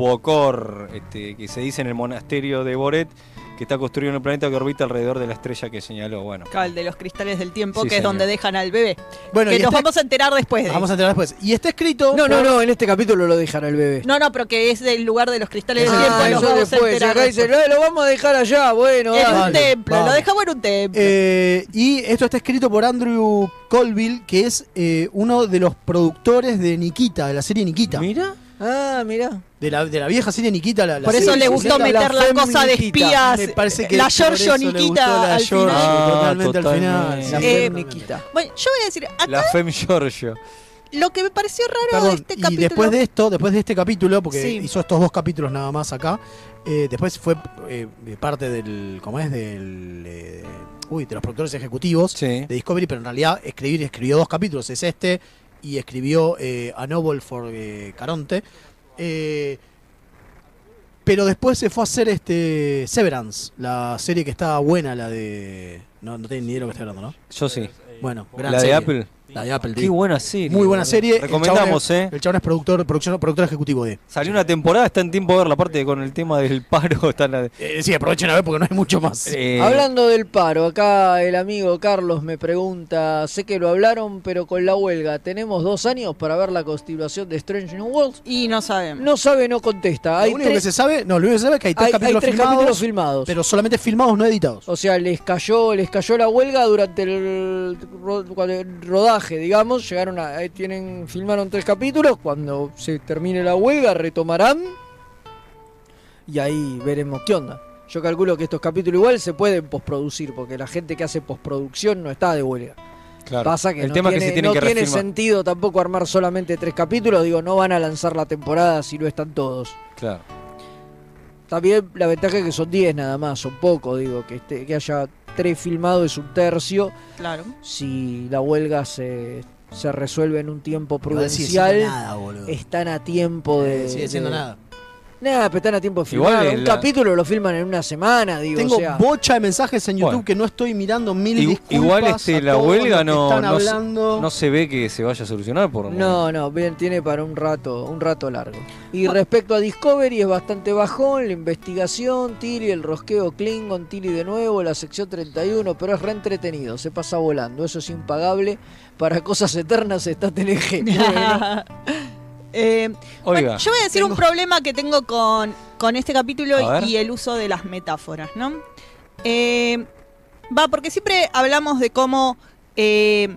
[SPEAKER 2] Estobocor, este, que se dice en el monasterio de Boret, que está construido en un planeta que orbita alrededor de la estrella que señaló. Bueno,
[SPEAKER 4] El de los cristales del tiempo,
[SPEAKER 2] Sí,
[SPEAKER 4] que es
[SPEAKER 2] señor.
[SPEAKER 4] donde dejan al bebé.
[SPEAKER 3] Bueno,
[SPEAKER 4] que
[SPEAKER 3] y
[SPEAKER 4] nos
[SPEAKER 3] está-
[SPEAKER 4] vamos a enterar después de
[SPEAKER 3] Vamos a
[SPEAKER 4] eso.
[SPEAKER 3] entrar después. Y está escrito.
[SPEAKER 1] no, no,
[SPEAKER 3] por-
[SPEAKER 1] no, en este capítulo lo dejan al bebé.
[SPEAKER 4] No, no, pero que es del lugar de los cristales del
[SPEAKER 1] Ah,
[SPEAKER 4] tiempo.
[SPEAKER 1] eso
[SPEAKER 4] nos vamos a
[SPEAKER 1] después.
[SPEAKER 4] enterar
[SPEAKER 1] Acá dicen,
[SPEAKER 4] después.
[SPEAKER 1] "Ah, lo vamos a dejar allá, bueno,
[SPEAKER 4] en
[SPEAKER 1] dale".
[SPEAKER 4] un
[SPEAKER 3] Vale,
[SPEAKER 4] templo,
[SPEAKER 3] vamos.
[SPEAKER 4] lo dejamos en un templo.
[SPEAKER 3] Eh, y esto está escrito por Andrew Colville, que es eh, uno de los productores de Nikita, de la serie Nikita.
[SPEAKER 2] mira.
[SPEAKER 1] Ah, mirá.
[SPEAKER 3] De la, de la vieja serie Nikita. La, la
[SPEAKER 4] Por eso
[SPEAKER 3] serie
[SPEAKER 4] le
[SPEAKER 3] que
[SPEAKER 4] gustó
[SPEAKER 3] se llama
[SPEAKER 4] meter la
[SPEAKER 3] Femme
[SPEAKER 4] cosa de
[SPEAKER 3] Nikita.
[SPEAKER 4] espías,
[SPEAKER 3] Me parece que
[SPEAKER 4] Ah, la
[SPEAKER 3] por
[SPEAKER 4] Giorgio
[SPEAKER 3] eso le gustó
[SPEAKER 4] Nikita
[SPEAKER 3] la
[SPEAKER 4] al
[SPEAKER 3] Giorgio,
[SPEAKER 4] final.
[SPEAKER 2] Ah,
[SPEAKER 3] totalmente, al
[SPEAKER 2] totalmente.
[SPEAKER 3] final.
[SPEAKER 1] La
[SPEAKER 3] Sí,
[SPEAKER 4] Eh,
[SPEAKER 1] Fem
[SPEAKER 3] totalmente.
[SPEAKER 1] Nikita.
[SPEAKER 4] Bueno, yo voy a decir, acá
[SPEAKER 2] La Femme Giorgio.
[SPEAKER 4] lo que me pareció raro de
[SPEAKER 3] Perdón,
[SPEAKER 4] este
[SPEAKER 3] y
[SPEAKER 4] capítulo.
[SPEAKER 3] después de esto, después de este capítulo, porque
[SPEAKER 4] Sí.
[SPEAKER 3] hizo estos dos capítulos nada más acá, eh, después fue eh, parte del, ¿cómo es? Del, eh, uy, de los productores ejecutivos
[SPEAKER 2] Sí.
[SPEAKER 3] de Discovery, pero en realidad escribir escribió dos capítulos, es este y escribió eh, A Novel for eh, Caronte. Eh, pero después se fue a hacer este Severance, la serie que está buena, la de... No, no tengo ni idea de lo que estoy hablando, ¿no?
[SPEAKER 2] Yo sí.
[SPEAKER 3] Bueno, gran
[SPEAKER 2] La de
[SPEAKER 3] serie.
[SPEAKER 2] Apple.
[SPEAKER 3] La de Apple Ah, TV.
[SPEAKER 2] Qué buena serie.
[SPEAKER 3] Muy buena
[SPEAKER 2] boludo.
[SPEAKER 3] serie. El
[SPEAKER 2] Recomendamos,
[SPEAKER 3] chabón es-
[SPEAKER 2] ¿eh?
[SPEAKER 3] El chabón es productor, producción- productor ejecutivo de.
[SPEAKER 2] Salió una temporada, está en tiempo de verla. Aparte, con el tema del paro, está la.
[SPEAKER 3] Eh, sí, aprovechen a ver porque no hay mucho más.
[SPEAKER 2] Eh,
[SPEAKER 1] Hablando del paro, acá el amigo Carlos me pregunta, sé que lo hablaron, pero con la huelga, ¿tenemos dos años para ver la continuación de Strange New Worlds?
[SPEAKER 4] Y no sabemos.
[SPEAKER 1] No sabe, no contesta. Hay
[SPEAKER 3] lo único que
[SPEAKER 1] tres,
[SPEAKER 3] se sabe, no, lo único que se sabe es que hay tres,
[SPEAKER 1] hay- hay
[SPEAKER 3] capítulos,
[SPEAKER 1] tres
[SPEAKER 3] filmados,
[SPEAKER 1] capítulos filmados.
[SPEAKER 3] pero solamente filmados, no editados.
[SPEAKER 1] O sea, les cayó, les cayó la huelga durante el, ro- cuando el rodaje, digamos. Llegaron a, eh, tienen, filmaron tres capítulos. Cuando se termine la huelga, retomarán. Y ahí veremos qué onda. Yo calculo que estos capítulos igual se pueden postproducir, porque la gente que hace postproducción no está de huelga.
[SPEAKER 2] claro.
[SPEAKER 1] Pasa que
[SPEAKER 2] el
[SPEAKER 1] no,
[SPEAKER 2] tema
[SPEAKER 1] tiene,
[SPEAKER 2] es que se tienen
[SPEAKER 1] no
[SPEAKER 2] que
[SPEAKER 1] tiene
[SPEAKER 2] refilmar.
[SPEAKER 1] sentido tampoco armar solamente tres capítulos. Digo, no van a lanzar la temporada si no están todos.
[SPEAKER 2] Claro.
[SPEAKER 1] También la ventaja es que son 10 nada más, son poco, digo, que, este- que haya 3 filmados es un tercio.
[SPEAKER 4] Claro.
[SPEAKER 1] Si la huelga se, se resuelve en un tiempo
[SPEAKER 3] No sigue siendo
[SPEAKER 1] prudencial,
[SPEAKER 3] nada, boludo.
[SPEAKER 1] están a tiempo de.
[SPEAKER 3] sigue siendo
[SPEAKER 1] de-
[SPEAKER 3] nada.
[SPEAKER 1] Nah, pero están a tiempo de
[SPEAKER 2] Igual
[SPEAKER 1] filmar.
[SPEAKER 2] el-
[SPEAKER 1] un capítulo lo filman en una semana, digo.
[SPEAKER 3] Tengo
[SPEAKER 1] o sea,
[SPEAKER 3] bocha de mensajes en YouTube
[SPEAKER 2] Bueno.
[SPEAKER 3] que no estoy mirando mil
[SPEAKER 2] Igu-
[SPEAKER 3] disculpas
[SPEAKER 2] igual, este,
[SPEAKER 3] a
[SPEAKER 2] la
[SPEAKER 3] todos
[SPEAKER 2] huelga
[SPEAKER 3] los que
[SPEAKER 2] no-
[SPEAKER 3] están
[SPEAKER 2] no se-
[SPEAKER 3] hablando.
[SPEAKER 2] No se ve que se vaya a solucionar por.
[SPEAKER 1] No, no, bien, tiene para un rato, un rato largo. Y respecto a Discovery es bastante bajón, la investigación, Tilly, el rosqueo Klingon, Tilly de nuevo, la sección 31, pero es reentretenido, se pasa volando, eso es impagable. Para cosas eternas está TNG. Bueno,
[SPEAKER 4] Eh, bueno,
[SPEAKER 2] Oiga.
[SPEAKER 4] yo voy a decir un problema que tengo con, con este
[SPEAKER 2] A
[SPEAKER 4] capítulo
[SPEAKER 2] ver.
[SPEAKER 4] y, y el uso de las metáforas, ¿no? Eh, va, porque siempre hablamos de cómo eh,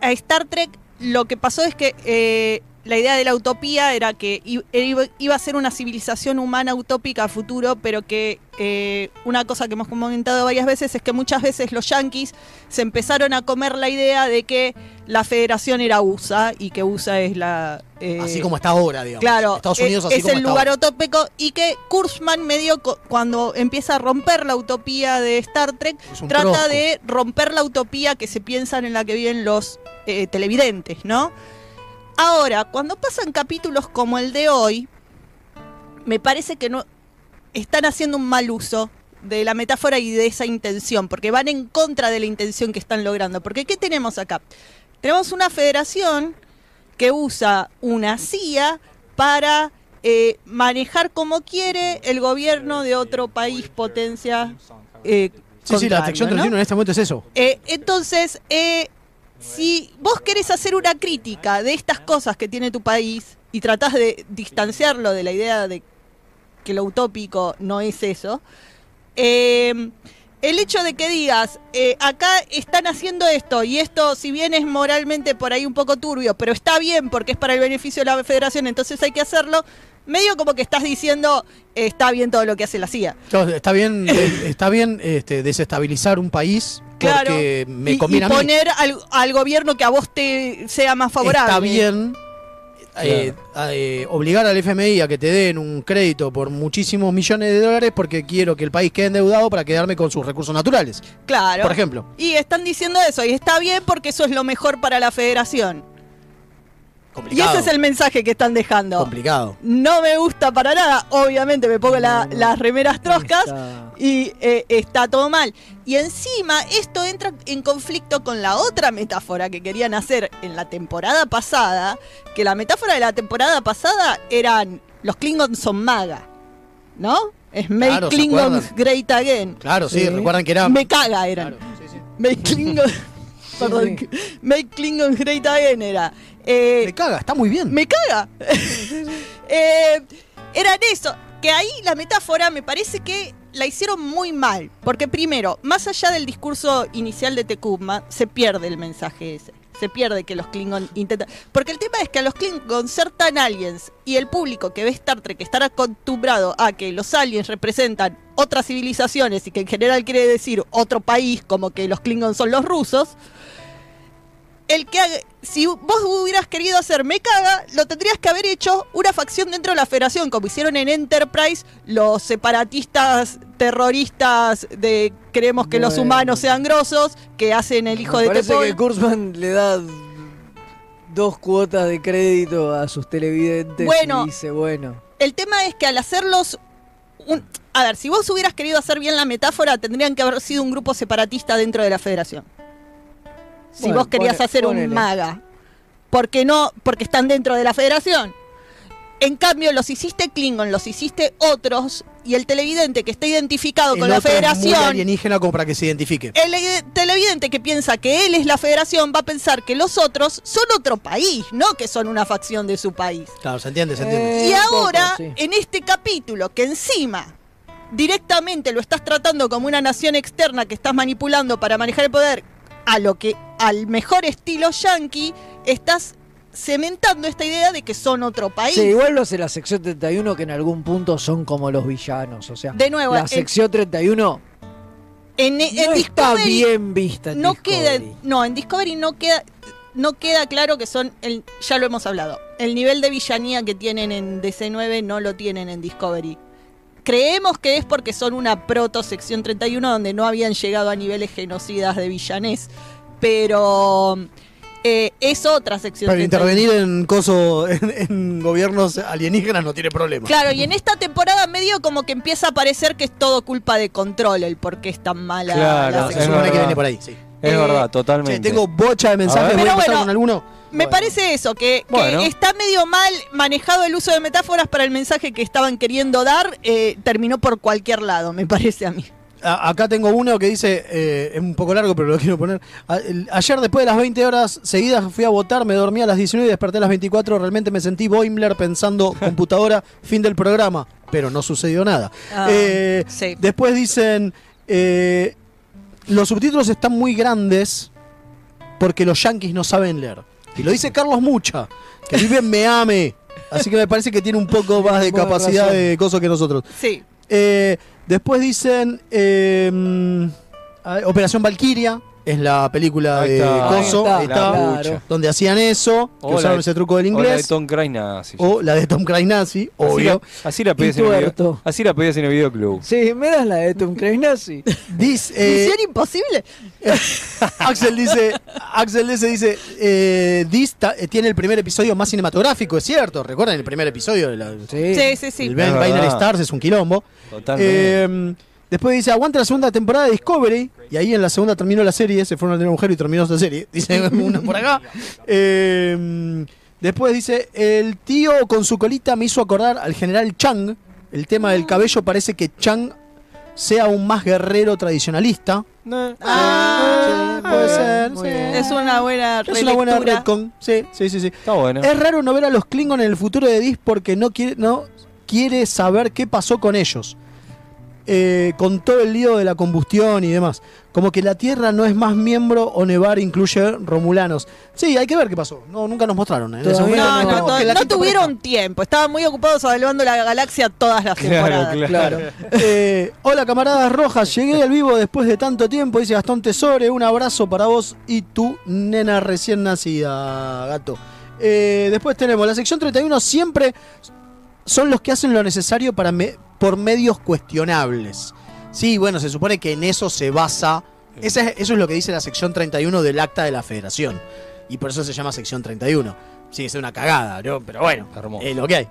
[SPEAKER 4] a Star Trek lo que pasó es que eh, la idea de la utopía era que i- eh, iba iba a ser una civilización humana utópica a futuro, pero que eh, una cosa que hemos comentado varias veces es que muchas veces los yanquis se empezaron a comer la idea de que la federación era USA y que USA es la... eh,
[SPEAKER 3] así como está ahora, digamos.
[SPEAKER 4] Claro,
[SPEAKER 3] Estados Unidos
[SPEAKER 4] eh,
[SPEAKER 3] así
[SPEAKER 4] es
[SPEAKER 3] como
[SPEAKER 4] el
[SPEAKER 3] está
[SPEAKER 4] lugar
[SPEAKER 3] ahora.
[SPEAKER 4] utópico y que Kurzman medio co- cuando empieza a romper la utopía de Star Trek
[SPEAKER 3] Es un
[SPEAKER 4] trata
[SPEAKER 3] trosco.
[SPEAKER 4] de romper la utopía que se piensan en la que viven los eh, televidentes, ¿no? Ahora, cuando pasan capítulos como el de hoy, me parece que no están haciendo un mal uso de la metáfora y de esa intención, porque van en contra de la intención que están logrando. Porque ¿qué tenemos acá? Tenemos una federación que usa una CIA para eh, manejar como quiere el gobierno de otro país, potencia. eh,
[SPEAKER 3] Sí, sí, la
[SPEAKER 4] contrario,
[SPEAKER 3] sección
[SPEAKER 4] ¿no?
[SPEAKER 3] 31 en este momento es eso.
[SPEAKER 4] Eh, entonces, eh, si vos querés hacer una crítica de estas cosas que tiene tu país y tratás de distanciarlo de la idea de que lo utópico no es eso, eh, el hecho de que digas, eh, acá están haciendo esto y esto, si bien es moralmente por ahí un poco turbio, pero está bien porque es para el beneficio de la federación, entonces hay que hacerlo, medio como que estás diciendo, eh, está bien todo lo que hace la CIA.
[SPEAKER 3] Claro, Está bien, eh, está bien este, desestabilizar un país
[SPEAKER 4] Claro.
[SPEAKER 3] porque me
[SPEAKER 4] y,
[SPEAKER 3] conviene
[SPEAKER 4] y
[SPEAKER 3] a mí.
[SPEAKER 4] poner al, al gobierno que a vos te sea más favorable.
[SPEAKER 3] Está bien eh, eh, obligar al FMI a que te den un crédito por muchísimos millones de dólares porque quiero que el país quede endeudado para quedarme con sus recursos naturales,
[SPEAKER 4] Claro.
[SPEAKER 3] por ejemplo.
[SPEAKER 4] Y están diciendo eso, y está bien porque eso es lo mejor para la federación. Y
[SPEAKER 3] Complicado.
[SPEAKER 4] ese es el mensaje que están dejando.
[SPEAKER 3] complicado.
[SPEAKER 4] No me gusta para nada, obviamente me pongo la- las remeras troscas
[SPEAKER 1] está-
[SPEAKER 4] y eh, está todo mal. Y encima esto entra en conflicto con la otra metáfora que querían hacer en la temporada pasada, que la metáfora de la temporada pasada eran los Klingons son maga, ¿no? Es Make
[SPEAKER 3] Claro, ¿se
[SPEAKER 4] Klingons
[SPEAKER 3] acuerdan?
[SPEAKER 4] Great Again.
[SPEAKER 3] Claro, sí,
[SPEAKER 1] Sí.
[SPEAKER 3] recuerdan que era
[SPEAKER 4] Me caga eran.
[SPEAKER 3] Claro, sí, sí.
[SPEAKER 4] Make Klingon. Perdón. Make Klingon Great Again era. Eh,
[SPEAKER 3] Me caga, está muy bien.
[SPEAKER 4] me caga. Eh, eran eso. Que ahí la metáfora me parece que la hicieron muy mal. Porque primero, más allá del discurso inicial de Tecuma, se pierde el mensaje ese. Se pierde que los Klingon intentan. Porque el tema es que a los Klingon ser tan aliens y el público que ve Star Trek estar acostumbrado a que los aliens representan otras civilizaciones y que en general quiere decir otro país, como que los Klingon son los rusos, el que haga- si vos hubieras querido hacer me caga, lo tendrías que haber hecho una facción dentro de la federación, como hicieron en Enterprise los separatistas terroristas de creemos que los
[SPEAKER 1] Bueno.
[SPEAKER 4] humanos sean grosos, que hacen el hijo
[SPEAKER 1] me
[SPEAKER 4] de
[SPEAKER 1] parece
[SPEAKER 4] Tepol.
[SPEAKER 1] que Kurzman le da dos cuotas de crédito a sus televidentes
[SPEAKER 4] Bueno.
[SPEAKER 1] y dice, bueno,
[SPEAKER 4] El tema es que al hacerlos. un- a ver, si vos hubieras querido hacer bien la metáfora, tendrían que haber sido un grupo separatista dentro de la federación. si
[SPEAKER 1] Bueno,
[SPEAKER 4] vos querías
[SPEAKER 1] pone-
[SPEAKER 4] hacer
[SPEAKER 1] ponele.
[SPEAKER 4] un maga. Porque no, porque están dentro de la federación. En cambio, los hiciste Klingon, los hiciste otros, y el televidente que está identificado
[SPEAKER 3] El
[SPEAKER 4] con la
[SPEAKER 3] otro es muy
[SPEAKER 4] federación
[SPEAKER 3] alienígena como para que se identifique.
[SPEAKER 4] el eh, televidente que piensa que él es la federación va a pensar que los otros son otro país, no que son una facción de su país.
[SPEAKER 3] Claro, se entiende, se entiende.
[SPEAKER 4] y
[SPEAKER 1] Eh, un
[SPEAKER 4] ahora,
[SPEAKER 1] poco, sí.
[SPEAKER 4] en este capítulo, que encima directamente lo estás tratando como una nación externa que estás manipulando para manejar el poder a lo que al mejor estilo yankee, estás cementando esta idea de que son otro país.
[SPEAKER 1] Sí, igual lo hace la sección 31 que en algún punto son como los villanos, o sea,
[SPEAKER 4] De nuevo,
[SPEAKER 1] la
[SPEAKER 4] el-
[SPEAKER 1] sección 31
[SPEAKER 4] en, en
[SPEAKER 1] no está
[SPEAKER 4] Discovery-
[SPEAKER 1] bien vista. en
[SPEAKER 4] no queda
[SPEAKER 1] Discovery.
[SPEAKER 4] no en Discovery no queda no queda claro que son el ya lo hemos hablado el nivel de villanía que tienen en DC9 no lo tienen en Discovery creemos que es porque son una proto sección 31 donde no habían llegado a niveles genocidas de villanés pero eh, es otra sección
[SPEAKER 3] Pero
[SPEAKER 4] 31.
[SPEAKER 3] intervenir en coso, en, en gobiernos alienígenas no tiene problema.
[SPEAKER 4] Claro, y en esta temporada medio como que empieza a parecer que es todo culpa de Control el por qué es tan mala
[SPEAKER 2] Claro,
[SPEAKER 4] la
[SPEAKER 2] es
[SPEAKER 3] Se
[SPEAKER 4] sección.
[SPEAKER 3] supone que
[SPEAKER 2] verdad.
[SPEAKER 3] viene por ahí, sí.
[SPEAKER 2] Es
[SPEAKER 4] Eh,
[SPEAKER 2] verdad,
[SPEAKER 3] Che,
[SPEAKER 2] totalmente.
[SPEAKER 3] tengo bocha de mensajes,
[SPEAKER 2] A ver.
[SPEAKER 3] voy a
[SPEAKER 4] Pero
[SPEAKER 3] empezar
[SPEAKER 4] bueno,
[SPEAKER 3] con alguno.
[SPEAKER 4] Me
[SPEAKER 2] Bueno.
[SPEAKER 4] parece eso, que, que
[SPEAKER 2] Bueno.
[SPEAKER 4] está medio mal manejado el uso de metáforas para el mensaje que estaban queriendo dar, eh, terminó por cualquier lado, me parece a mí.
[SPEAKER 3] A- acá tengo uno que dice, eh, es un poco largo, pero lo quiero poner. A- el- ayer, después de las 20 horas seguidas, fui a votar, me dormí a las 19 y desperté a las 24. Realmente me sentí Boimler pensando, computadora, fin del programa. Pero no sucedió nada.
[SPEAKER 4] Ah,
[SPEAKER 3] Eh,
[SPEAKER 4] sí.
[SPEAKER 3] Después dicen, eh, los subtítulos están muy grandes porque los yanquis no saben leer. Y lo dice Carlos Mucha, que vive en Meame. Así que me parece que tiene un poco más de
[SPEAKER 1] Buena
[SPEAKER 3] capacidad
[SPEAKER 1] razón.
[SPEAKER 3] de cosas que nosotros.
[SPEAKER 4] Sí.
[SPEAKER 3] Eh, después dicen eh, mm, a- Operación Valkyria, es la película
[SPEAKER 2] Ahí
[SPEAKER 3] de
[SPEAKER 2] está.
[SPEAKER 3] eh, Coso,
[SPEAKER 1] Ahí
[SPEAKER 3] ahí
[SPEAKER 1] está,
[SPEAKER 3] está,
[SPEAKER 1] claro.
[SPEAKER 2] bucha.
[SPEAKER 3] donde hacían eso, que
[SPEAKER 2] O la
[SPEAKER 3] usaron
[SPEAKER 2] de-
[SPEAKER 3] ese truco del
[SPEAKER 2] O la de
[SPEAKER 3] inglés,
[SPEAKER 2] Tom Cruise, nada, sí.
[SPEAKER 3] o la de Tom Cruise nazi,
[SPEAKER 2] Así
[SPEAKER 3] obvio.
[SPEAKER 2] la, así la pedías
[SPEAKER 1] Y
[SPEAKER 2] en el video-
[SPEAKER 1] tuerto.
[SPEAKER 2] Así la pedías en el videoclub.
[SPEAKER 1] Sí, me das la de Tom Cruise nazi.
[SPEAKER 3] Dice, eh,
[SPEAKER 4] ¿Misión imposible?
[SPEAKER 3] Axel dice, Axel dice, dice eh, This ta- eh, tiene el primer episodio más cinematográfico, es cierto, recuerdan el primer episodio de la,
[SPEAKER 1] Sí.
[SPEAKER 4] Sí, sí, sí.
[SPEAKER 3] eh, el Ben
[SPEAKER 2] Es verdad.
[SPEAKER 3] Binary Stars, es un quilombo.
[SPEAKER 2] Totalmente.
[SPEAKER 3] Eh, después dice, aguanta la segunda temporada de Discovery. Y ahí en la segunda terminó la serie, se fueron al agujero y terminó esta serie. Dice una por acá. Eh, después dice, el tío con su colita me hizo acordar al general Chang. El tema del cabello parece que Chang sea un más guerrero tradicionalista.
[SPEAKER 2] No.
[SPEAKER 4] Ah,
[SPEAKER 3] Sí, puede ser.
[SPEAKER 1] muy
[SPEAKER 3] sí.
[SPEAKER 1] bien.
[SPEAKER 4] Es una buena
[SPEAKER 3] Es una buena
[SPEAKER 4] relectura.
[SPEAKER 3] retcon. Sí, sí, sí, sí.
[SPEAKER 2] Está bueno.
[SPEAKER 3] Es raro no ver a los Klingon en el futuro de Dis porque no quiere, no quiere saber qué pasó con ellos. Eh, con todo el lío de la combustión y demás. Como que la Tierra no es más miembro o Nevar incluye romulanos. Sí, hay que ver qué pasó. No, nunca nos mostraron. ¿eh? En ese
[SPEAKER 1] Todavía
[SPEAKER 3] momento
[SPEAKER 4] No,
[SPEAKER 1] Bueno,
[SPEAKER 4] no,
[SPEAKER 3] esperemos
[SPEAKER 4] no,
[SPEAKER 3] que la
[SPEAKER 4] no
[SPEAKER 3] quinta
[SPEAKER 4] tuvieron tiempo, estaban muy ocupados salvando la galaxia todas las temporadas.
[SPEAKER 2] claro,
[SPEAKER 1] Claro.
[SPEAKER 2] claro.
[SPEAKER 3] Eh, hola camaradas rojas, llegué al vivo después de tanto tiempo, dice Gastón Tesore, un abrazo para vos y tu nena recién nacida, gato. Eh, después tenemos la sección 31, siempre son los que hacen lo necesario para me- por medios cuestionables. Sí, bueno, se supone que en eso se basa, esa es- eso es lo que dice la sección 31 del acta de la federación, y por eso se llama sección 31. Sí, es una cagada, ¿no? pero bueno,
[SPEAKER 2] Hermoso.
[SPEAKER 3] es lo que hay.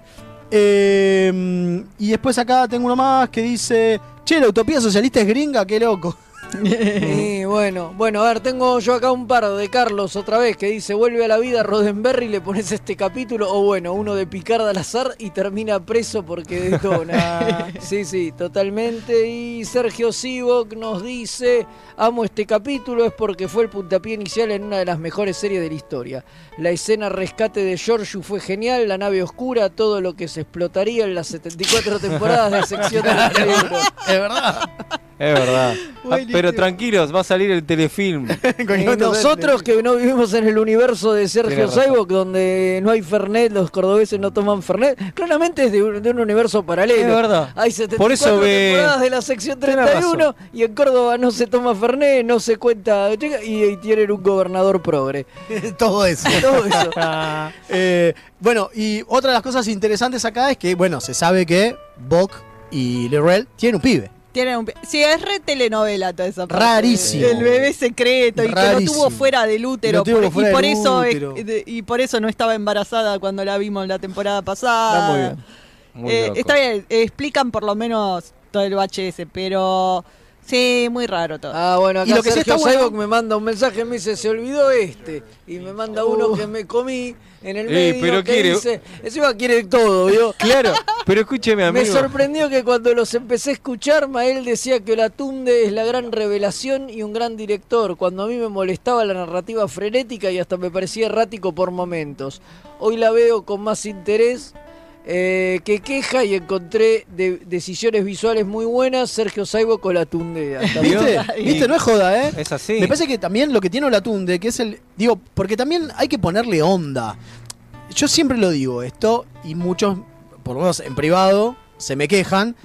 [SPEAKER 3] Eh, y después acá tengo uno más que dice, che, la utopía socialista es gringa, qué loco.
[SPEAKER 1] Y bueno, bueno, a ver, tengo yo acá un par de Carlos otra vez que dice, vuelve a la vida Roddenberry, le pones este capítulo, o bueno, uno de Picard al azar y termina preso porque detona. sí, sí, totalmente. Y Sergio Sivok nos dice, amo este capítulo, es porque fue el puntapié inicial en una de las mejores series de la historia. La escena rescate de Giorgio fue genial, la nave oscura, todo lo que se explotaría en las 74 temporadas de sección 31.
[SPEAKER 2] Es verdad. Ah, pero tranquilos, va a salir el telefilm.
[SPEAKER 1] Eh, nosotros que no vivimos en el universo de Sergio
[SPEAKER 2] Tiene razón.
[SPEAKER 1] Saibok, donde no hay Fernet, los cordobeses no toman Fernet, claramente es de un, de un universo paralelo.
[SPEAKER 2] Es verdad.
[SPEAKER 1] Hay 74
[SPEAKER 2] Por eso ve-
[SPEAKER 1] temporadas de la sección
[SPEAKER 2] Tiene
[SPEAKER 1] 31 y en Córdoba no se toma Fernet, no se cuenta chica, y, y tienen un gobernador progre.
[SPEAKER 3] Todo eso.
[SPEAKER 1] Todo eso.
[SPEAKER 4] Ah.
[SPEAKER 3] Eh, bueno, y otra de las cosas interesantes acá es que, bueno, se sabe que Bock y Lerrell tienen un pibe.
[SPEAKER 4] Tienen un... pe- Sí, es re telenovela toda esa parte.
[SPEAKER 3] Rarísimo.
[SPEAKER 4] El bebé secreto y que
[SPEAKER 3] Rarísimo.
[SPEAKER 4] lo tuvo fuera del útero.
[SPEAKER 3] Lo tuvo
[SPEAKER 4] por-
[SPEAKER 3] fuera
[SPEAKER 4] y, por
[SPEAKER 3] del
[SPEAKER 4] eso es-
[SPEAKER 3] útero.
[SPEAKER 4] de- y por eso no estaba embarazada cuando la vimos la temporada pasada.
[SPEAKER 1] Está muy bien.
[SPEAKER 2] Muy
[SPEAKER 4] Eh,
[SPEAKER 2] loco.
[SPEAKER 4] está bien, eh, explican por lo menos todo el bache ese, pero Sí, muy raro todo.
[SPEAKER 1] Ah, bueno, acá
[SPEAKER 3] Y lo que sí
[SPEAKER 1] Sergio
[SPEAKER 3] está bueno-
[SPEAKER 1] Saibok me manda un mensaje, me dice, se olvidó este. Y me manda uno que me comí en el
[SPEAKER 2] Uh. Eh,
[SPEAKER 1] medio
[SPEAKER 2] pero
[SPEAKER 1] que
[SPEAKER 2] quiere-
[SPEAKER 1] dice, encima quiere todo, ¿vio?
[SPEAKER 2] Claro, pero escúcheme,
[SPEAKER 1] Me
[SPEAKER 2] amigo.
[SPEAKER 1] sorprendió que cuando los empecé a escuchar, Mael decía que Olatunde es la gran revelación y un gran director, cuando a mí me molestaba la narrativa frenética y hasta me parecía errático por momentos. Hoy la veo con más interés eh, que queja y encontré de- decisiones visuales muy buenas. Sergio Saibo Olatunde. Hasta
[SPEAKER 3] ¿Viste? ¿Viste? No es joda, ¿eh?
[SPEAKER 2] Es así.
[SPEAKER 3] Me parece que también lo que tiene Olatunde, que es el. Digo, porque también hay que ponerle onda. Yo siempre lo digo esto, y muchos, por lo menos en privado, se me quejan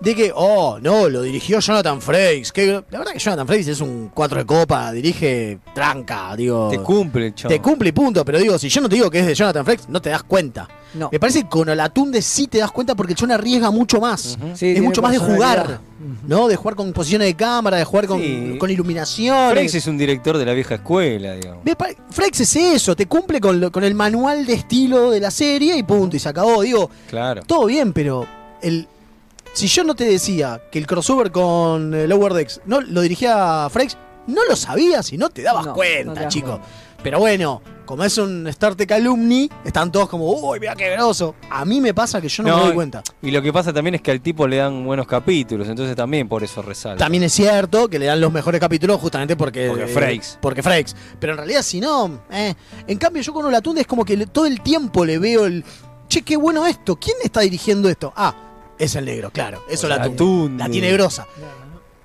[SPEAKER 3] de que, oh, no, lo dirigió Jonathan Frakes. que- la verdad que Jonathan Frakes es un cuatro de copa, dirige tranca, digo.
[SPEAKER 2] Te cumple, chavo.
[SPEAKER 3] Te cumple y punto, pero digo, si yo no te digo que es de Jonathan Frakes, no te das cuenta.
[SPEAKER 1] No.
[SPEAKER 3] Me parece que con Olatunde sí te das cuenta porque el Chon arriesga mucho más.
[SPEAKER 1] Sí,
[SPEAKER 3] es
[SPEAKER 1] tiene
[SPEAKER 3] mucho más de jugar,
[SPEAKER 1] personalidad.
[SPEAKER 3] ¿no? De jugar con posiciones de cámara, de jugar con,
[SPEAKER 2] Sí.
[SPEAKER 3] con iluminaciones.
[SPEAKER 2] Frex es un director de la vieja escuela, digamos.
[SPEAKER 3] Me pare- Frex es eso, te cumple con, lo- con el manual de estilo de la serie y punto, y se acabó. Digo,
[SPEAKER 2] Claro.
[SPEAKER 3] todo bien, pero el si yo no te decía que el crossover con eh, Lower Decks no lo dirigía Frex, no lo sabías y no te dabas
[SPEAKER 1] No, no te
[SPEAKER 3] cuenta,
[SPEAKER 1] das
[SPEAKER 3] chico. Pero bueno, como es un Star Trek alumni, están todos como, uy, mira qué groso. A mí me pasa que yo no, me doy cuenta.
[SPEAKER 2] Y lo que pasa también es que al tipo le dan buenos capítulos, entonces también por eso resalta.
[SPEAKER 3] También es cierto que le dan los mejores capítulos justamente porque.
[SPEAKER 2] Porque
[SPEAKER 3] eh,
[SPEAKER 2] Frakes.
[SPEAKER 3] Porque Frakes. Pero en realidad, si no. eh. En cambio, yo con Olatunde es como que le- todo el tiempo le veo el. Che, qué bueno esto. ¿Quién está dirigiendo esto? Ah, es el negro, claro. Es Olatunde.
[SPEAKER 2] Olatunde.
[SPEAKER 3] La tiene grosa.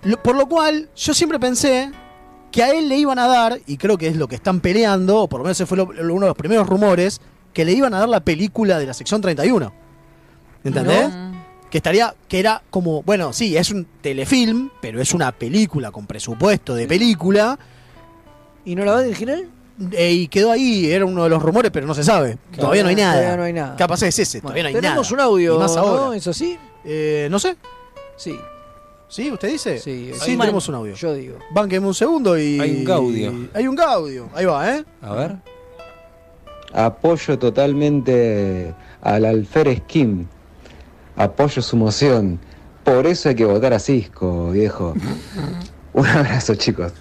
[SPEAKER 3] Lo- por lo cual, yo siempre pensé que a él le iban a dar, y creo que es lo que están peleando, o por lo menos ese fue lo- lo- uno de los primeros rumores, que le iban a dar la película de la sección 31. ¿Entendés? que estaría que era como bueno sí es un telefilm pero es una película con presupuesto de película
[SPEAKER 1] ¿Y no la va a dirigir él?
[SPEAKER 3] eh, y quedó ahí era uno de los rumores pero no se sabe todavía no hay nada
[SPEAKER 1] Todavía no hay nada.
[SPEAKER 3] capaz es ese
[SPEAKER 1] Bueno,
[SPEAKER 3] todavía no hay
[SPEAKER 1] tenemos
[SPEAKER 3] nada
[SPEAKER 1] un audio,
[SPEAKER 3] Y más ahora
[SPEAKER 1] ¿no? ¿Es así?
[SPEAKER 3] Eh, no sé
[SPEAKER 1] Sí,
[SPEAKER 3] sí usted dice
[SPEAKER 1] sí.
[SPEAKER 3] sí
[SPEAKER 1] sí.
[SPEAKER 3] tenemos un audio
[SPEAKER 1] Yo digo.
[SPEAKER 3] Banqueme un segundo y
[SPEAKER 2] Hay un gaudio.
[SPEAKER 3] hay un gaudio ahí va eh
[SPEAKER 2] A ver.
[SPEAKER 6] Apoyo totalmente al alférez Kim. Apoyo su moción. Por eso hay que votar a Cisco, viejo. Un abrazo, chicos.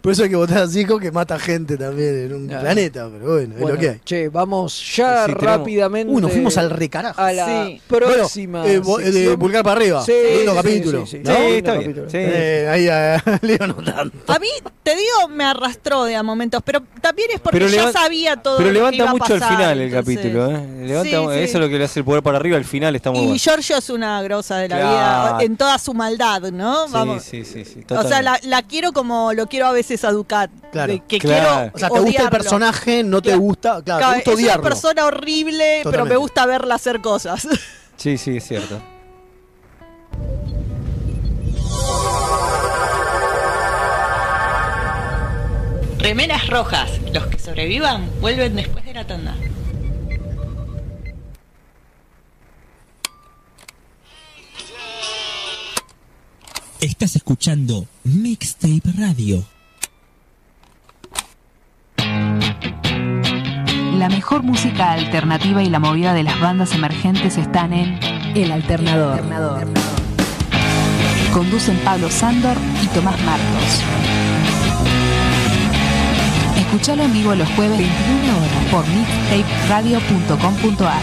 [SPEAKER 3] por eso hay que votar a Zico que mata gente también en un
[SPEAKER 1] Claro.
[SPEAKER 3] planeta pero bueno, es
[SPEAKER 1] Bueno,
[SPEAKER 3] lo que hay
[SPEAKER 1] Che, vamos
[SPEAKER 2] Sí,
[SPEAKER 1] ya
[SPEAKER 2] tenemos- Uh,
[SPEAKER 1] rápidamente.
[SPEAKER 3] Uy, nos fuimos al recarajo
[SPEAKER 1] a la
[SPEAKER 4] Sí.
[SPEAKER 1] próxima.
[SPEAKER 3] Bueno, eh, vo- eh, de
[SPEAKER 1] sección.
[SPEAKER 3] vulgar para arriba
[SPEAKER 1] Sí,
[SPEAKER 3] lindo
[SPEAKER 1] sí,
[SPEAKER 3] capítulo
[SPEAKER 1] sí, sí, sí.
[SPEAKER 3] ¿no?
[SPEAKER 1] Sí,
[SPEAKER 2] está
[SPEAKER 1] lindo
[SPEAKER 2] bien,
[SPEAKER 1] capítulo.
[SPEAKER 2] sí.
[SPEAKER 3] Eh, ahí a Leo no tanto
[SPEAKER 4] A mí, te digo, me arrastró de a momentos, pero también es porque
[SPEAKER 2] Pero
[SPEAKER 4] ya
[SPEAKER 2] levan-
[SPEAKER 4] sabía todo.
[SPEAKER 2] Pero
[SPEAKER 4] lo que iba
[SPEAKER 2] levanta
[SPEAKER 4] a
[SPEAKER 2] mucho al
[SPEAKER 4] pasar,
[SPEAKER 2] final el
[SPEAKER 4] entonces.
[SPEAKER 2] capítulo, ¿eh? Levanta,
[SPEAKER 4] Sí, sí.
[SPEAKER 2] Eso es lo que le hace el poder para arriba, al final está muy
[SPEAKER 4] Y
[SPEAKER 2] bueno.
[SPEAKER 4] Giorgio es una grosa de la
[SPEAKER 2] Claro.
[SPEAKER 4] vida, en toda su maldad, ¿no?
[SPEAKER 2] Sí,
[SPEAKER 4] Vamos.
[SPEAKER 2] sí, sí, sí,
[SPEAKER 4] o sea,
[SPEAKER 2] totalmente.
[SPEAKER 4] la, la quiero como lo quiero a veces a Ducat.
[SPEAKER 3] Claro.
[SPEAKER 4] de que
[SPEAKER 2] Claro.
[SPEAKER 4] quiero
[SPEAKER 3] O sea, te gusta el
[SPEAKER 4] odiarlo.
[SPEAKER 3] personaje, no te
[SPEAKER 4] Claro.
[SPEAKER 3] gusta. Claro,
[SPEAKER 4] Claro,
[SPEAKER 3] te gusta
[SPEAKER 4] es una
[SPEAKER 3] odiarlo.
[SPEAKER 4] persona horrible, pero
[SPEAKER 3] Totalmente.
[SPEAKER 4] me gusta verla hacer cosas.
[SPEAKER 2] Sí, sí, es cierto.
[SPEAKER 11] Remeras rojas, los que sobrevivan vuelven después de la tanda.
[SPEAKER 12] Estás escuchando Mixtape Radio.
[SPEAKER 13] La mejor música alternativa y la movida de las bandas emergentes están en El Alternador. Conducen Pablo Sándor y Tomás Martos. Escuchalo en vivo los jueves 21 horas por mixtaperadio.com.ar.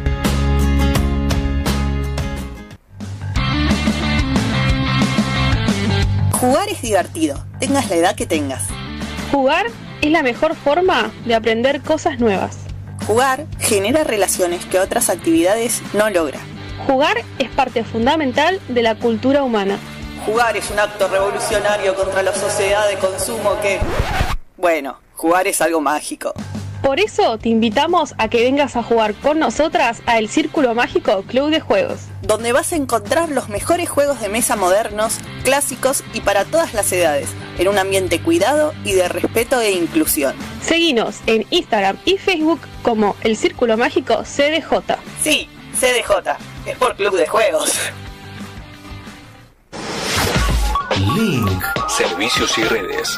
[SPEAKER 14] Jugar es divertido, tengas la edad que tengas.
[SPEAKER 15] Jugar es la mejor forma de aprender cosas nuevas.
[SPEAKER 14] Jugar genera relaciones que otras actividades no logra.
[SPEAKER 15] Jugar es parte fundamental de la cultura humana.
[SPEAKER 14] Jugar es un acto revolucionario contra la sociedad de consumo que... Bueno, jugar es algo mágico.
[SPEAKER 15] Por eso te invitamos a que vengas a jugar con nosotras a El Círculo Mágico Club de Juegos.
[SPEAKER 14] donde vas a encontrar los mejores juegos de mesa modernos, clásicos y para todas las edades, en un ambiente cuidado y de respeto e inclusión.
[SPEAKER 15] Seguinos en Instagram y Facebook como El Círculo Mágico CDJ.
[SPEAKER 14] Sí, CDJ, Sport Club de Juegos.
[SPEAKER 16] Link. Servicios y redes.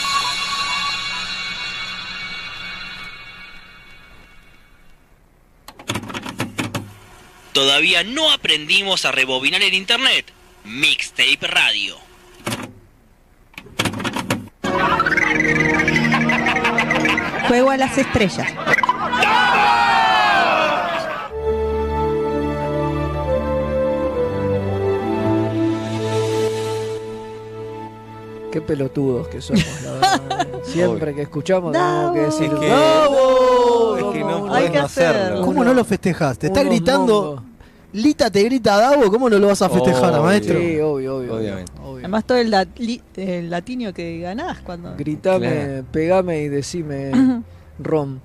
[SPEAKER 17] Todavía no aprendimos a rebobinar el internet. Mixtape Radio.
[SPEAKER 11] Juego a las estrellas.
[SPEAKER 1] Qué pelotudos que somos, la verdad. Siempre que escuchamos tenemos que decir
[SPEAKER 2] Es que-
[SPEAKER 1] ¡Bravo!
[SPEAKER 2] es que no
[SPEAKER 1] Como
[SPEAKER 2] podés Hay que no hacerlo. hacerlo.
[SPEAKER 3] ¿Cómo no lo festejas? Te está
[SPEAKER 1] Unos
[SPEAKER 3] gritando. Lita te grita Davo, ¿cómo no lo vas a festejar,
[SPEAKER 2] Obvio.
[SPEAKER 3] maestro?
[SPEAKER 1] Sí, obvio, obvio.
[SPEAKER 2] Obviamente.
[SPEAKER 4] Además todo el, latli- el latinio que ganás cuando...
[SPEAKER 1] Gritame,
[SPEAKER 2] Claro.
[SPEAKER 1] pegame y decime rom.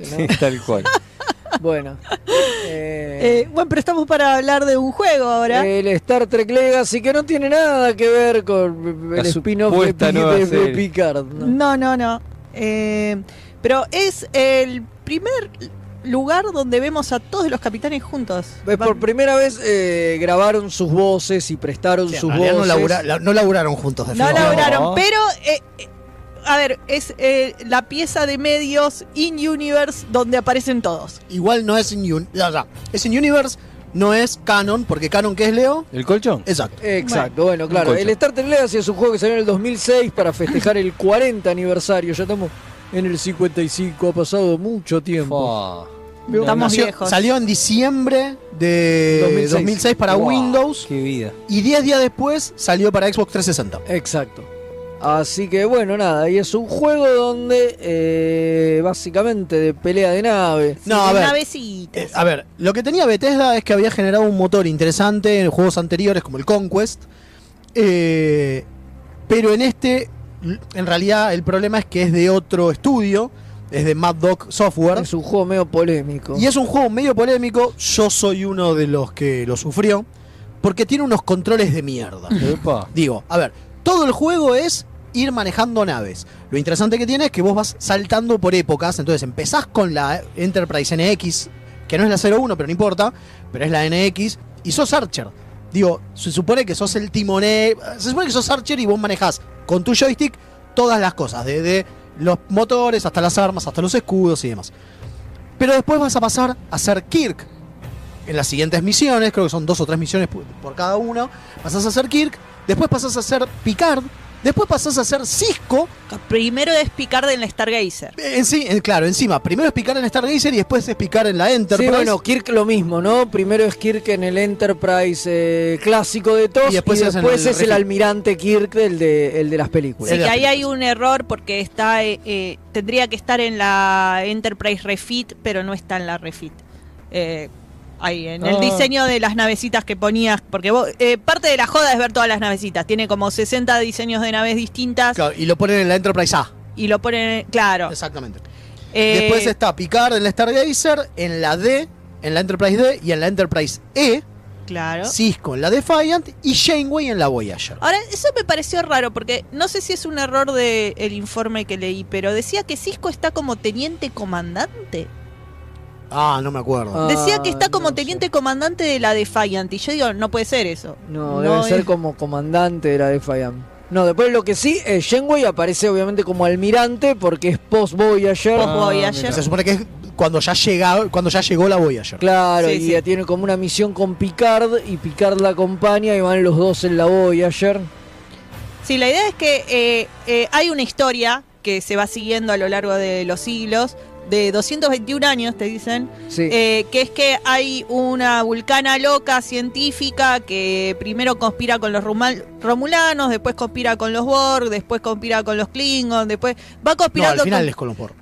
[SPEAKER 2] Sí, tal cual.
[SPEAKER 1] Bueno.
[SPEAKER 4] Eh, bueno, pero estamos para hablar de un juego ahora.
[SPEAKER 1] El Star Trek Legacy, que no tiene nada que ver con
[SPEAKER 2] La
[SPEAKER 1] el spin-off de,
[SPEAKER 2] supuesta
[SPEAKER 1] Pi-
[SPEAKER 2] nueva
[SPEAKER 1] de- de
[SPEAKER 2] serie.
[SPEAKER 1] Picard. ¿no?
[SPEAKER 4] No, no, no. Eh, pero es el primer lugar donde vemos a todos los capitanes juntos.
[SPEAKER 1] Pues por primera vez eh, grabaron sus voces y prestaron
[SPEAKER 3] Sí, en
[SPEAKER 1] sus
[SPEAKER 3] realidad
[SPEAKER 1] voces.
[SPEAKER 3] no, labura- la- no laburaron juntos.
[SPEAKER 4] No
[SPEAKER 3] definitivamente.
[SPEAKER 4] lograron, pero... eh, eh, a ver, es eh, la pieza de medios in-universe donde aparecen todos.
[SPEAKER 3] Igual no es in un, ya, ya. Es in universe, no es canon, porque canon que es Leo.
[SPEAKER 2] ¿El colchón?
[SPEAKER 3] Exacto.
[SPEAKER 1] Exacto, bueno, claro.
[SPEAKER 3] Un colchón.
[SPEAKER 1] El Star Trek Legacy es un juego que salió en el 2006 para festejar el 40 aniversario. Ya estamos en el 55, ha pasado mucho tiempo.
[SPEAKER 4] Estamos
[SPEAKER 3] Nació-
[SPEAKER 4] viejos.
[SPEAKER 3] Salió en diciembre de 2006,
[SPEAKER 1] 2006.
[SPEAKER 3] para
[SPEAKER 1] Wow,
[SPEAKER 3] Windows
[SPEAKER 2] Qué vida.
[SPEAKER 3] y 10 días después salió para Xbox 360.
[SPEAKER 1] Exacto. Así que bueno, nada, y es un juego donde eh, básicamente de pelea de nave.
[SPEAKER 3] No, a ver.
[SPEAKER 4] Navecitas.
[SPEAKER 3] Eh, a ver, lo que tenía Bethesda es que había generado un motor interesante en juegos anteriores como el Conquest. eh, pero en este, l- en realidad, el problema es que es de otro estudio, es de Mad Dog Software.
[SPEAKER 1] Es un juego medio polémico.
[SPEAKER 3] Y es un juego medio polémico. Yo soy uno de los que lo sufrió. Porque tiene unos controles de mierda.
[SPEAKER 2] Epa.
[SPEAKER 3] Digo, a ver, todo el juego es ir manejando naves. Lo interesante que tiene es que vos vas saltando por épocas. Entonces empezás con la Enterprise NX, que no es la 01, pero no importa, pero es la NX, y sos Archer. Digo, se supone que sos el timoné, se supone que sos Archer y vos manejás con tu joystick todas las cosas, desde los motores hasta las armas, hasta los escudos y demás. Pero después vas a pasar a ser Kirk. En las siguientes misiones, creo que son dos o tres misiones por por cada uno, pasás a ser Kirk, después pasás a ser Picard, después pasás a ser Cisco.
[SPEAKER 4] Primero es Picard en la Stargazer.
[SPEAKER 3] En sí, en- claro, encima, primero es Picard en la Stargazer y después es Picard en la Enterprise.
[SPEAKER 1] Sí, bueno, Kirk lo mismo, ¿no? Primero es Kirk en el Enterprise eh, clásico de todos
[SPEAKER 3] Y
[SPEAKER 1] y
[SPEAKER 3] después
[SPEAKER 1] después,
[SPEAKER 3] es en el
[SPEAKER 1] es el
[SPEAKER 3] regi-
[SPEAKER 1] almirante Kirk del de, el de las películas.
[SPEAKER 4] Sí, que ahí hay un error porque está eh, eh, tendría que estar en la Enterprise Refit, pero no está en la Refit. Eh, ahí, en el
[SPEAKER 1] Ah.
[SPEAKER 4] diseño de las navecitas que ponías, porque vos, eh, parte de la joda es ver todas las navecitas. Tiene como 60 diseños de naves distintas
[SPEAKER 3] Claro, y lo ponen en la Enterprise A.
[SPEAKER 4] y lo ponen, claro.
[SPEAKER 3] Exactamente.
[SPEAKER 4] Eh,
[SPEAKER 3] Después está Picard en la Stargazer, en la D, en la Enterprise D y en la Enterprise E,
[SPEAKER 4] Claro.
[SPEAKER 3] Cisco en la Defiant y Janeway en la Voyager.
[SPEAKER 4] Ahora, eso me pareció raro porque no sé si es un error del informe que leí, pero decía que Cisco está como teniente comandante.
[SPEAKER 3] Ah, no me acuerdo.
[SPEAKER 4] Decía que
[SPEAKER 1] Ah,
[SPEAKER 4] está como teniente comandante de la Defiant. Y yo digo, no puede ser eso.
[SPEAKER 1] No, debe ser
[SPEAKER 4] es-
[SPEAKER 1] como comandante de la Defiant. No, después lo que sí, eh, Janeway aparece obviamente como almirante porque es post-Voyager.
[SPEAKER 4] Post-Voyager.
[SPEAKER 3] Se supone que es cuando ya, llega, cuando ya llegó la Voyager.
[SPEAKER 1] Claro,
[SPEAKER 4] Sí,
[SPEAKER 1] y
[SPEAKER 4] sí.
[SPEAKER 1] ya tiene como una misión con Picard y Picard la acompaña y van los dos en la Voyager.
[SPEAKER 4] Sí, la idea es que eh, eh, hay una historia que se va siguiendo a lo largo de los siglos, de 221 años, te dicen, eh, que es que hay una vulcana loca científica que primero conspira con los rumal- romulanos, después conspira con los Borg, después conspira con los Klingons, después va
[SPEAKER 3] No,
[SPEAKER 4] conspirando
[SPEAKER 3] al final
[SPEAKER 4] con-
[SPEAKER 3] es Colopor.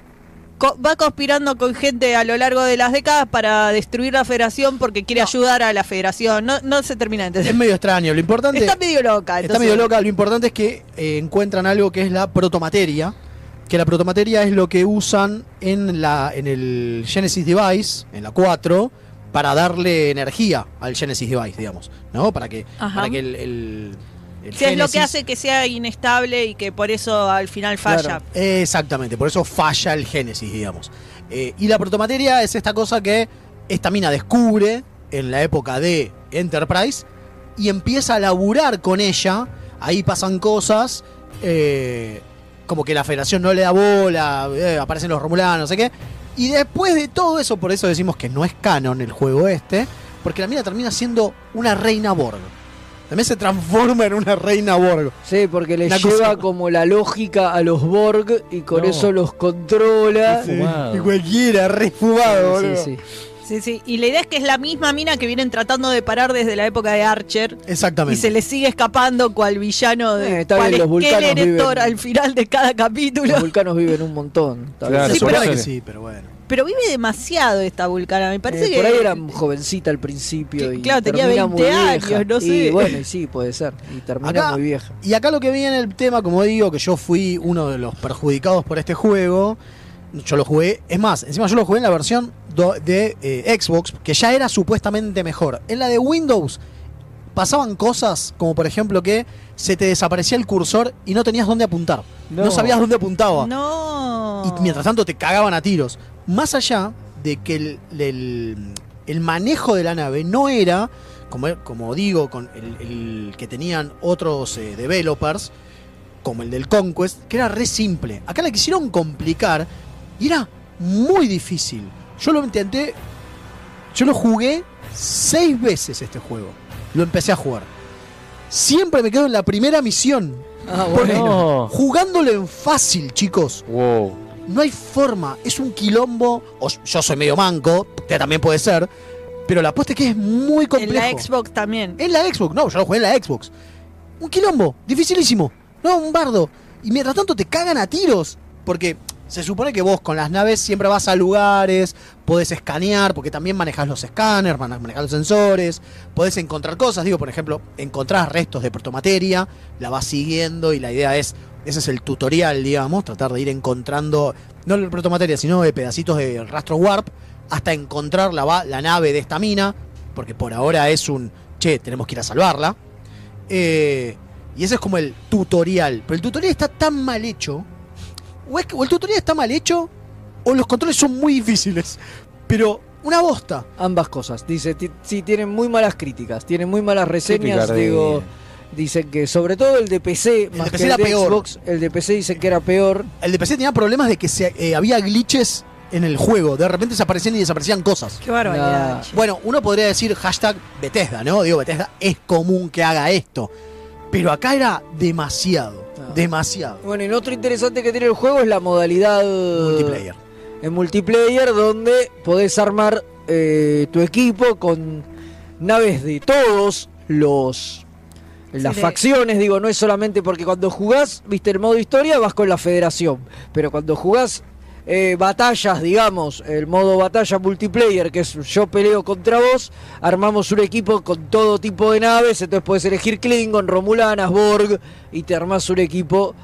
[SPEAKER 4] co- va conspirando con gente a lo largo de las décadas para destruir la federación porque quiere ayudar a la federación. No, no se termina de entender.
[SPEAKER 3] Es medio extraño. Lo importante.
[SPEAKER 4] Está medio
[SPEAKER 3] Está
[SPEAKER 4] loca. entonces-
[SPEAKER 3] medio loca, lo importante es que eh, encuentran algo que es la protomateria, que la protomateria es lo que usan en la en el Genesis Device, en la 4, para darle energía al Genesis Device, digamos, ¿no? Para que,
[SPEAKER 4] Ajá.
[SPEAKER 3] para que el, el- el
[SPEAKER 4] Sí, es lo que
[SPEAKER 3] Genesis-
[SPEAKER 4] hace que sea inestable y que por eso al final falla.
[SPEAKER 3] Claro, Exactamente, por eso falla el Génesis, digamos. Eh, y la protomateria es esta cosa que esta mina descubre en la época de Enterprise y empieza a laburar con ella. Ahí pasan cosas eh, como que la federación no le da bola, eh, aparecen los romulanos, no sé qué. Y después de todo eso, por eso decimos que no es canon el juego este, porque la mina termina siendo una reina Borg. También se transforma en una reina Borg.
[SPEAKER 1] Sí, porque le
[SPEAKER 3] Una
[SPEAKER 1] lleva
[SPEAKER 3] cosa-
[SPEAKER 1] como la lógica a los Borg y con
[SPEAKER 3] No.
[SPEAKER 1] eso los controla.
[SPEAKER 3] Qué fumado. Y cualquiera, re fumado,
[SPEAKER 1] Sí,
[SPEAKER 3] boludo.
[SPEAKER 1] sí, sí.
[SPEAKER 4] Sí, sí. Y la idea es que es la misma mina que vienen tratando de parar desde la época de Archer.
[SPEAKER 3] Exactamente.
[SPEAKER 4] Y se le sigue escapando cual villano de
[SPEAKER 1] Eh, está
[SPEAKER 4] cual
[SPEAKER 1] bien, los vulcanos
[SPEAKER 4] Skeletor
[SPEAKER 1] viven-
[SPEAKER 4] al final de cada capítulo.
[SPEAKER 1] Los vulcanos viven un montón. Está bien.
[SPEAKER 3] se supone que sí, pero bueno.
[SPEAKER 4] Pero vive demasiado esta vulcana. Me parece
[SPEAKER 1] Eh,
[SPEAKER 4] que.
[SPEAKER 1] por ahí era jovencita al principio y
[SPEAKER 4] claro, tenía
[SPEAKER 1] termina
[SPEAKER 4] 20
[SPEAKER 1] muy vieja.
[SPEAKER 4] años, no
[SPEAKER 1] Y
[SPEAKER 4] sé.
[SPEAKER 1] bueno, y sí, puede ser. Y termina
[SPEAKER 3] Acá-
[SPEAKER 1] muy vieja.
[SPEAKER 3] Y acá lo que viene el tema, como digo, que yo fui uno de los perjudicados por este juego. Yo lo jugué, es más, encima yo lo jugué en la versión do- de eh, Xbox, que ya era supuestamente mejor. En la de Windows pasaban cosas como, por ejemplo, que se te desaparecía el cursor y no tenías dónde apuntar. No,
[SPEAKER 1] No.
[SPEAKER 3] sabías dónde apuntaba.
[SPEAKER 4] No.
[SPEAKER 3] Y mientras tanto te cagaban a tiros. Más allá de que el, el- el manejo de la nave no era, como, como digo, con el, el que tenían otros eh, developers, como el del Conquest, que era re simple. Acá la quisieron complicar y era muy difícil. Yo lo intenté, yo lo jugué seis veces este juego. Lo empecé a jugar. Siempre me quedo en la primera misión.
[SPEAKER 1] Ah,
[SPEAKER 3] Por
[SPEAKER 1] bueno.
[SPEAKER 3] ejemplo, Jugándolo en fácil, chicos.
[SPEAKER 2] Wow.
[SPEAKER 3] No hay forma, es un quilombo. O yo soy medio manco, usted también puede ser. Pero la apuesta es que es muy
[SPEAKER 4] En
[SPEAKER 3] complejo.
[SPEAKER 4] la Xbox también.
[SPEAKER 3] En la Xbox, no, yo lo jugué en la Xbox. Un quilombo, dificilísimo. No, un bardo. Y mientras tanto te cagan a tiros. Porque se supone que vos con las naves siempre vas a lugares, podés escanear, porque también manejas los escáneres, mane- manejás los sensores, podés encontrar cosas. Digo, por ejemplo, encontrás restos de protomateria, la vas siguiendo y la idea es. Ese es el tutorial, digamos, tratar de ir encontrando, no la protomateria, sino de pedacitos de rastro warp, hasta encontrar la, va- la nave de esta mina, porque por ahora es un, che, tenemos que ir a salvarla. Eh, y ese es como el tutorial. Pero el tutorial está tan mal hecho. O, es que- o el tutorial está mal hecho. O los controles son muy difíciles. Pero una bosta.
[SPEAKER 1] Ambas cosas. Dice, ti- sí, tienen muy malas críticas, tienen muy malas reseñas,
[SPEAKER 2] picardía.
[SPEAKER 1] digo. Dicen que sobre todo el de PC, más
[SPEAKER 3] PC
[SPEAKER 1] que
[SPEAKER 3] era
[SPEAKER 1] el de
[SPEAKER 3] peor.
[SPEAKER 1] Xbox, el de PC dicen que era peor.
[SPEAKER 3] El de PC tenía problemas de que se, eh, había glitches en el juego. De repente se aparecían y desaparecían cosas.
[SPEAKER 4] Qué barbaridad.
[SPEAKER 1] Nah.
[SPEAKER 4] che.
[SPEAKER 3] Bueno, uno podría decir hashtag Bethesda, ¿no? Digo, Bethesda es común que haga esto. Pero acá era demasiado. Demasiado.
[SPEAKER 1] Bueno, y lo otro interesante que tiene el juego es la modalidad
[SPEAKER 3] Multiplayer.
[SPEAKER 1] En multiplayer, donde podés armar eh, tu equipo con naves de todos los. Las
[SPEAKER 4] Sí, de-
[SPEAKER 1] facciones, digo, no es solamente porque cuando jugás, viste el modo historia, vas con la federación. Pero cuando jugás eh, batallas, digamos, el modo batalla multiplayer, que es yo peleo contra vos, armamos un equipo con todo tipo de naves, entonces puedes elegir Klingon, Romulanas, Borg, y te armás un equipo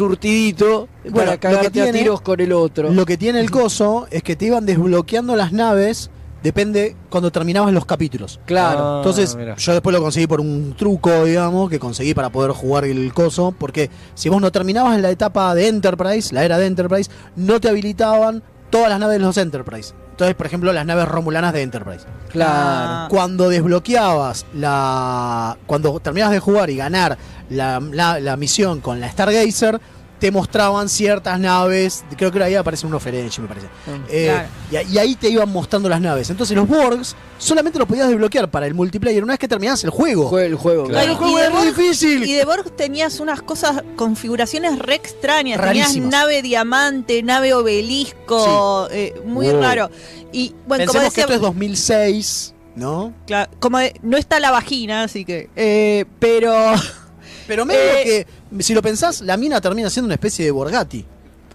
[SPEAKER 1] surtidito
[SPEAKER 3] Bueno, lo
[SPEAKER 1] para
[SPEAKER 3] que
[SPEAKER 1] cagarte a
[SPEAKER 3] tiene-
[SPEAKER 1] tiros con el otro.
[SPEAKER 3] Lo que tiene el coso es que te iban desbloqueando las naves, depende cuando terminabas los capítulos.
[SPEAKER 1] Claro.
[SPEAKER 2] Ah,
[SPEAKER 3] Entonces,
[SPEAKER 2] mirá.
[SPEAKER 3] yo después lo conseguí por un truco, digamos, que conseguí para poder jugar el coso, porque si vos no terminabas la etapa de Enterprise, la era de Enterprise, no te habilitaban todas las naves de los Enterprise. Entonces, por ejemplo, las naves romulanas de Enterprise.
[SPEAKER 1] Claro.
[SPEAKER 4] Ah.
[SPEAKER 3] Cuando desbloqueabas la. Cuando terminabas de jugar y ganar la, la- la misión con la Stargazer, te mostraban ciertas naves. Creo que ahí aparece uno Ferenchi, me parece. Eh,
[SPEAKER 11] claro.
[SPEAKER 3] y, a- y ahí te iban mostrando las naves. Entonces los Borgs solamente los podías desbloquear para el multiplayer una vez que terminabas el juego.
[SPEAKER 1] Fue el juego.
[SPEAKER 3] Claro, el juego
[SPEAKER 4] de
[SPEAKER 3] era muy
[SPEAKER 4] Borg-
[SPEAKER 3] difícil.
[SPEAKER 4] Y de Borg tenías unas cosas, configuraciones re extrañas.
[SPEAKER 3] Rarísimas.
[SPEAKER 4] Tenías nave diamante, nave obelisco, eh, muy
[SPEAKER 3] Wow.
[SPEAKER 4] raro. Y bueno,
[SPEAKER 3] Pensemos
[SPEAKER 4] como decía,
[SPEAKER 3] que esto es 2006, ¿no?
[SPEAKER 4] Claro, como de- no está la vagina, así que. eh, pero.
[SPEAKER 3] Pero medio
[SPEAKER 4] Eh,
[SPEAKER 3] que, si lo pensás, la mina termina siendo una especie de Borgati.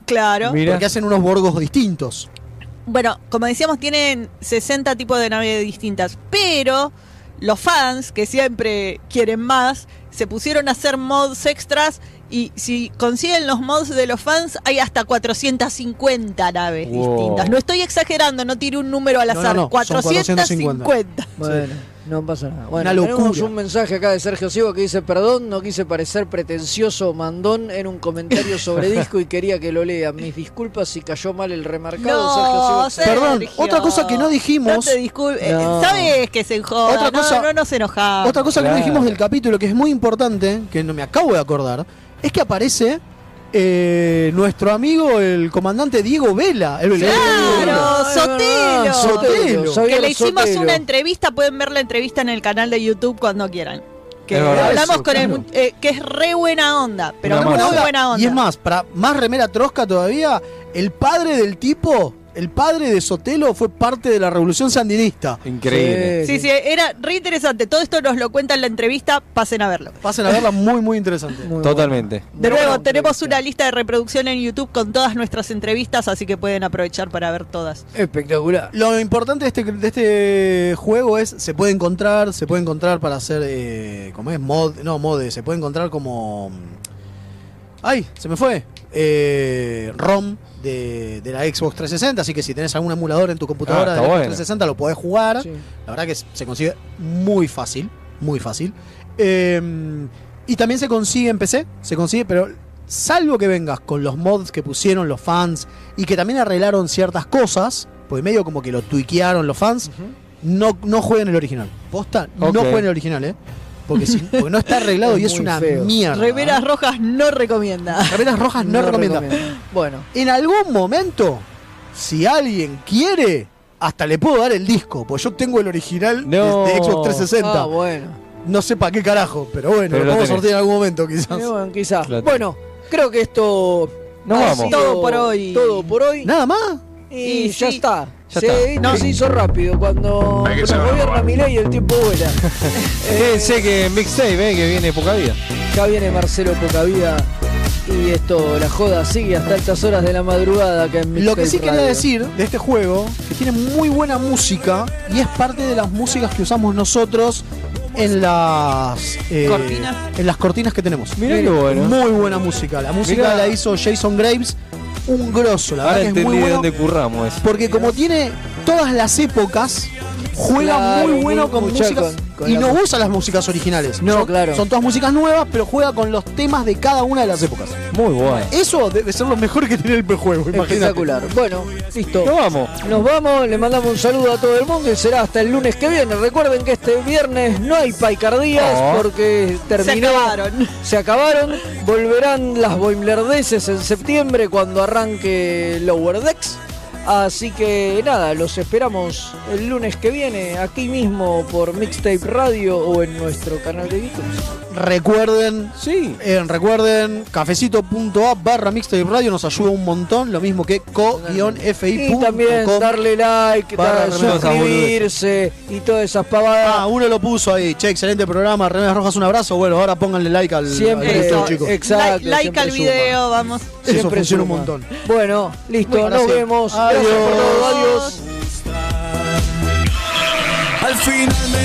[SPEAKER 4] Claro.
[SPEAKER 3] Porque hacen unos borgos distintos.
[SPEAKER 4] Bueno, como decíamos, tienen 60 tipos de naves distintas, pero los fans, que siempre quieren más, se pusieron a hacer mods extras y si consiguen los mods de los fans, hay hasta 450 naves
[SPEAKER 1] Wow.
[SPEAKER 4] distintas. No estoy exagerando, no tiré un número al
[SPEAKER 1] No, no,
[SPEAKER 4] azar,
[SPEAKER 1] no, son
[SPEAKER 4] 450.
[SPEAKER 1] 450. Bueno, no pasa nada. Bueno,
[SPEAKER 3] Una
[SPEAKER 1] tenemos
[SPEAKER 3] locura.
[SPEAKER 1] un mensaje acá de Sergio Silva que dice, perdón, no quise parecer pretencioso o mandón en un comentario sobre disco y quería que lo lea. Mis disculpas si cayó mal el remarcado,
[SPEAKER 4] No,
[SPEAKER 1] Sergio Silva.
[SPEAKER 3] Perdón, otra cosa que no dijimos.
[SPEAKER 4] No te disculpes,
[SPEAKER 3] No.
[SPEAKER 4] sabes que se enjoda,
[SPEAKER 3] Otra
[SPEAKER 4] no,
[SPEAKER 3] cosa-
[SPEAKER 4] no nos enojamos.
[SPEAKER 3] Otra cosa que no dijimos del capítulo que es muy importante, que no me acabo de acordar, es que aparece eh, nuestro amigo, el comandante Diego Vela. El- el-
[SPEAKER 4] Claro, Sotelo.
[SPEAKER 3] Sotelo.
[SPEAKER 4] Que
[SPEAKER 3] Javier
[SPEAKER 4] le hicimos
[SPEAKER 3] Sotelo.
[SPEAKER 4] una entrevista, pueden ver la entrevista en el canal de YouTube cuando quieran. Que
[SPEAKER 3] Es verdad
[SPEAKER 4] hablamos
[SPEAKER 3] eso,
[SPEAKER 4] con el
[SPEAKER 3] claro.
[SPEAKER 4] mu- eh, que es re buena onda, pero
[SPEAKER 3] Una
[SPEAKER 4] muy
[SPEAKER 3] masa.
[SPEAKER 4] buena onda.
[SPEAKER 3] Y es más, para más remera trosca todavía, el padre del tipo, el padre de Sotelo fue parte de la revolución sandinista.
[SPEAKER 2] Increíble.
[SPEAKER 4] Sí, sí, era re interesante. Todo esto nos lo cuenta en la entrevista, pasen a verlo.
[SPEAKER 3] Pasen a verla muy, muy interesante.
[SPEAKER 2] Totalmente.
[SPEAKER 4] De nuevo, tenemos una lista de reproducción en YouTube con todas nuestras entrevistas, así que pueden aprovechar para ver todas.
[SPEAKER 1] Espectacular.
[SPEAKER 3] Lo importante de este, de este juego es, se puede encontrar, se puede encontrar para hacer, eh, ¿cómo es? Mod, no, mode, se puede encontrar como... mm, ¡Ay! Se me fue. Eh, ROM de, de la Xbox 360, así que si tenés algún emulador en tu computadora
[SPEAKER 2] Ah,
[SPEAKER 3] de
[SPEAKER 2] está
[SPEAKER 3] la Xbox
[SPEAKER 2] bueno.
[SPEAKER 3] 360 lo podés jugar.
[SPEAKER 1] Sí.
[SPEAKER 3] La verdad que se consigue muy fácil, muy fácil. Eh, y también se consigue en PC, se consigue, pero salvo que vengas con los mods que pusieron los fans y que también arreglaron ciertas cosas, pues medio como que lo tuiquearon los fans, no, no jueguen el original. Posta,
[SPEAKER 2] Ok.
[SPEAKER 3] no jueguen el original, ¿eh? Porque, si- porque no está arreglado y es una mierda.
[SPEAKER 4] Reveras rojas no recomienda.
[SPEAKER 3] Remeras rojas no,
[SPEAKER 4] No
[SPEAKER 3] recomienda.
[SPEAKER 4] recomienda. Bueno.
[SPEAKER 3] En algún momento, si alguien quiere, hasta le puedo dar el disco, pues yo tengo el original de-
[SPEAKER 2] No.
[SPEAKER 3] de, Xbox 360.
[SPEAKER 1] Ah, bueno.
[SPEAKER 3] No sé para qué carajo, pero bueno,
[SPEAKER 2] Pero
[SPEAKER 3] lo
[SPEAKER 2] lo
[SPEAKER 3] podemos
[SPEAKER 2] tenés.
[SPEAKER 3] sortear en algún momento quizás.
[SPEAKER 1] Eh, bueno, quizás.
[SPEAKER 2] Claro.
[SPEAKER 1] Bueno, creo que esto
[SPEAKER 2] Nos
[SPEAKER 1] ha
[SPEAKER 2] vamos.
[SPEAKER 1] sido
[SPEAKER 4] Todo por hoy.
[SPEAKER 1] Todo por hoy.
[SPEAKER 3] Nada más.
[SPEAKER 1] Y,
[SPEAKER 4] Y
[SPEAKER 1] ya
[SPEAKER 4] sí.
[SPEAKER 1] está.
[SPEAKER 2] Ya
[SPEAKER 1] se,
[SPEAKER 2] está.
[SPEAKER 1] se hizo rápido cuando
[SPEAKER 2] Hay que
[SPEAKER 1] nos
[SPEAKER 2] ser
[SPEAKER 1] gobierna
[SPEAKER 2] normal.
[SPEAKER 1] Milei y el tiempo vuela.
[SPEAKER 2] Fíjense que mixtape, eh, que viene poca vida.
[SPEAKER 1] Acá viene Marcelo Poca Vida y esto, la joda sigue hasta altas horas de la madrugada acá en
[SPEAKER 3] Lo que
[SPEAKER 1] Mixtape
[SPEAKER 3] sí quería
[SPEAKER 1] Radio.
[SPEAKER 3] decir de este juego, que tiene muy buena música y es parte de las músicas que usamos nosotros en las eh,
[SPEAKER 4] Cortinas.
[SPEAKER 3] en las cortinas que tenemos.
[SPEAKER 2] Mirá qué bueno.
[SPEAKER 3] Muy buena música. La música
[SPEAKER 2] Mirá.
[SPEAKER 3] la hizo Jason Graves, un grosso, la
[SPEAKER 2] Ahora
[SPEAKER 3] verdad que es
[SPEAKER 2] entendí
[SPEAKER 3] muy
[SPEAKER 2] de
[SPEAKER 3] bueno.
[SPEAKER 2] dónde curramos eso.
[SPEAKER 3] Porque como tiene todas las épocas, juega
[SPEAKER 1] Claro,
[SPEAKER 3] muy bueno
[SPEAKER 1] muy-
[SPEAKER 3] con
[SPEAKER 1] mucho
[SPEAKER 3] músicas
[SPEAKER 1] con- con
[SPEAKER 3] y
[SPEAKER 1] la
[SPEAKER 3] no
[SPEAKER 1] música.
[SPEAKER 3] usa las músicas originales.
[SPEAKER 1] No,
[SPEAKER 3] son,
[SPEAKER 1] claro.
[SPEAKER 3] Son todas músicas nuevas, pero juega con los temas de cada una de las épocas.
[SPEAKER 2] Muy bueno.
[SPEAKER 3] Eso debe ser lo mejor que tiene el juego, imagínate.
[SPEAKER 1] Espectacular. Bueno, listo.
[SPEAKER 2] Nos vamos.
[SPEAKER 1] Nos vamos, le mandamos un saludo a todo el mundo y será hasta el lunes que viene. Recuerden que este viernes no hay paicardías
[SPEAKER 3] Oh.
[SPEAKER 2] No.
[SPEAKER 1] porque terminó.
[SPEAKER 4] acabaron.
[SPEAKER 1] Se acabaron. Volverán las boimlerdeces en septiembre cuando arranque Lower Decks. Así que nada, los esperamos el lunes que viene aquí mismo por Mixtape Radio o en nuestro canal de YouTube.
[SPEAKER 3] Recuerden,
[SPEAKER 2] Sí.
[SPEAKER 3] eh, recuerden, cafecito.app barra mixtape radio nos ayuda un montón, lo mismo que
[SPEAKER 1] Y también
[SPEAKER 3] co-fi.com.
[SPEAKER 1] darle like,
[SPEAKER 3] barra
[SPEAKER 1] dar-
[SPEAKER 3] remeras a
[SPEAKER 1] suscribirse y todas esas pavadas.
[SPEAKER 3] Ah, uno lo puso ahí, che, excelente programa, Remeras Rojas, un abrazo. Bueno, ahora pónganle like al,
[SPEAKER 1] Siempre,
[SPEAKER 3] al
[SPEAKER 1] eso,
[SPEAKER 3] chicos.
[SPEAKER 1] exacto.
[SPEAKER 4] Eh, Like, like
[SPEAKER 1] siempre
[SPEAKER 4] al
[SPEAKER 1] suma.
[SPEAKER 4] video, vamos.
[SPEAKER 3] Eso
[SPEAKER 1] Siempre
[SPEAKER 3] funciona un
[SPEAKER 1] suma.
[SPEAKER 3] montón.
[SPEAKER 1] Bueno, listo,
[SPEAKER 3] Ahora
[SPEAKER 1] nos
[SPEAKER 3] sí.
[SPEAKER 1] vemos. Gracias por todo,
[SPEAKER 4] Adiós.
[SPEAKER 1] adiós.
[SPEAKER 16] Al final me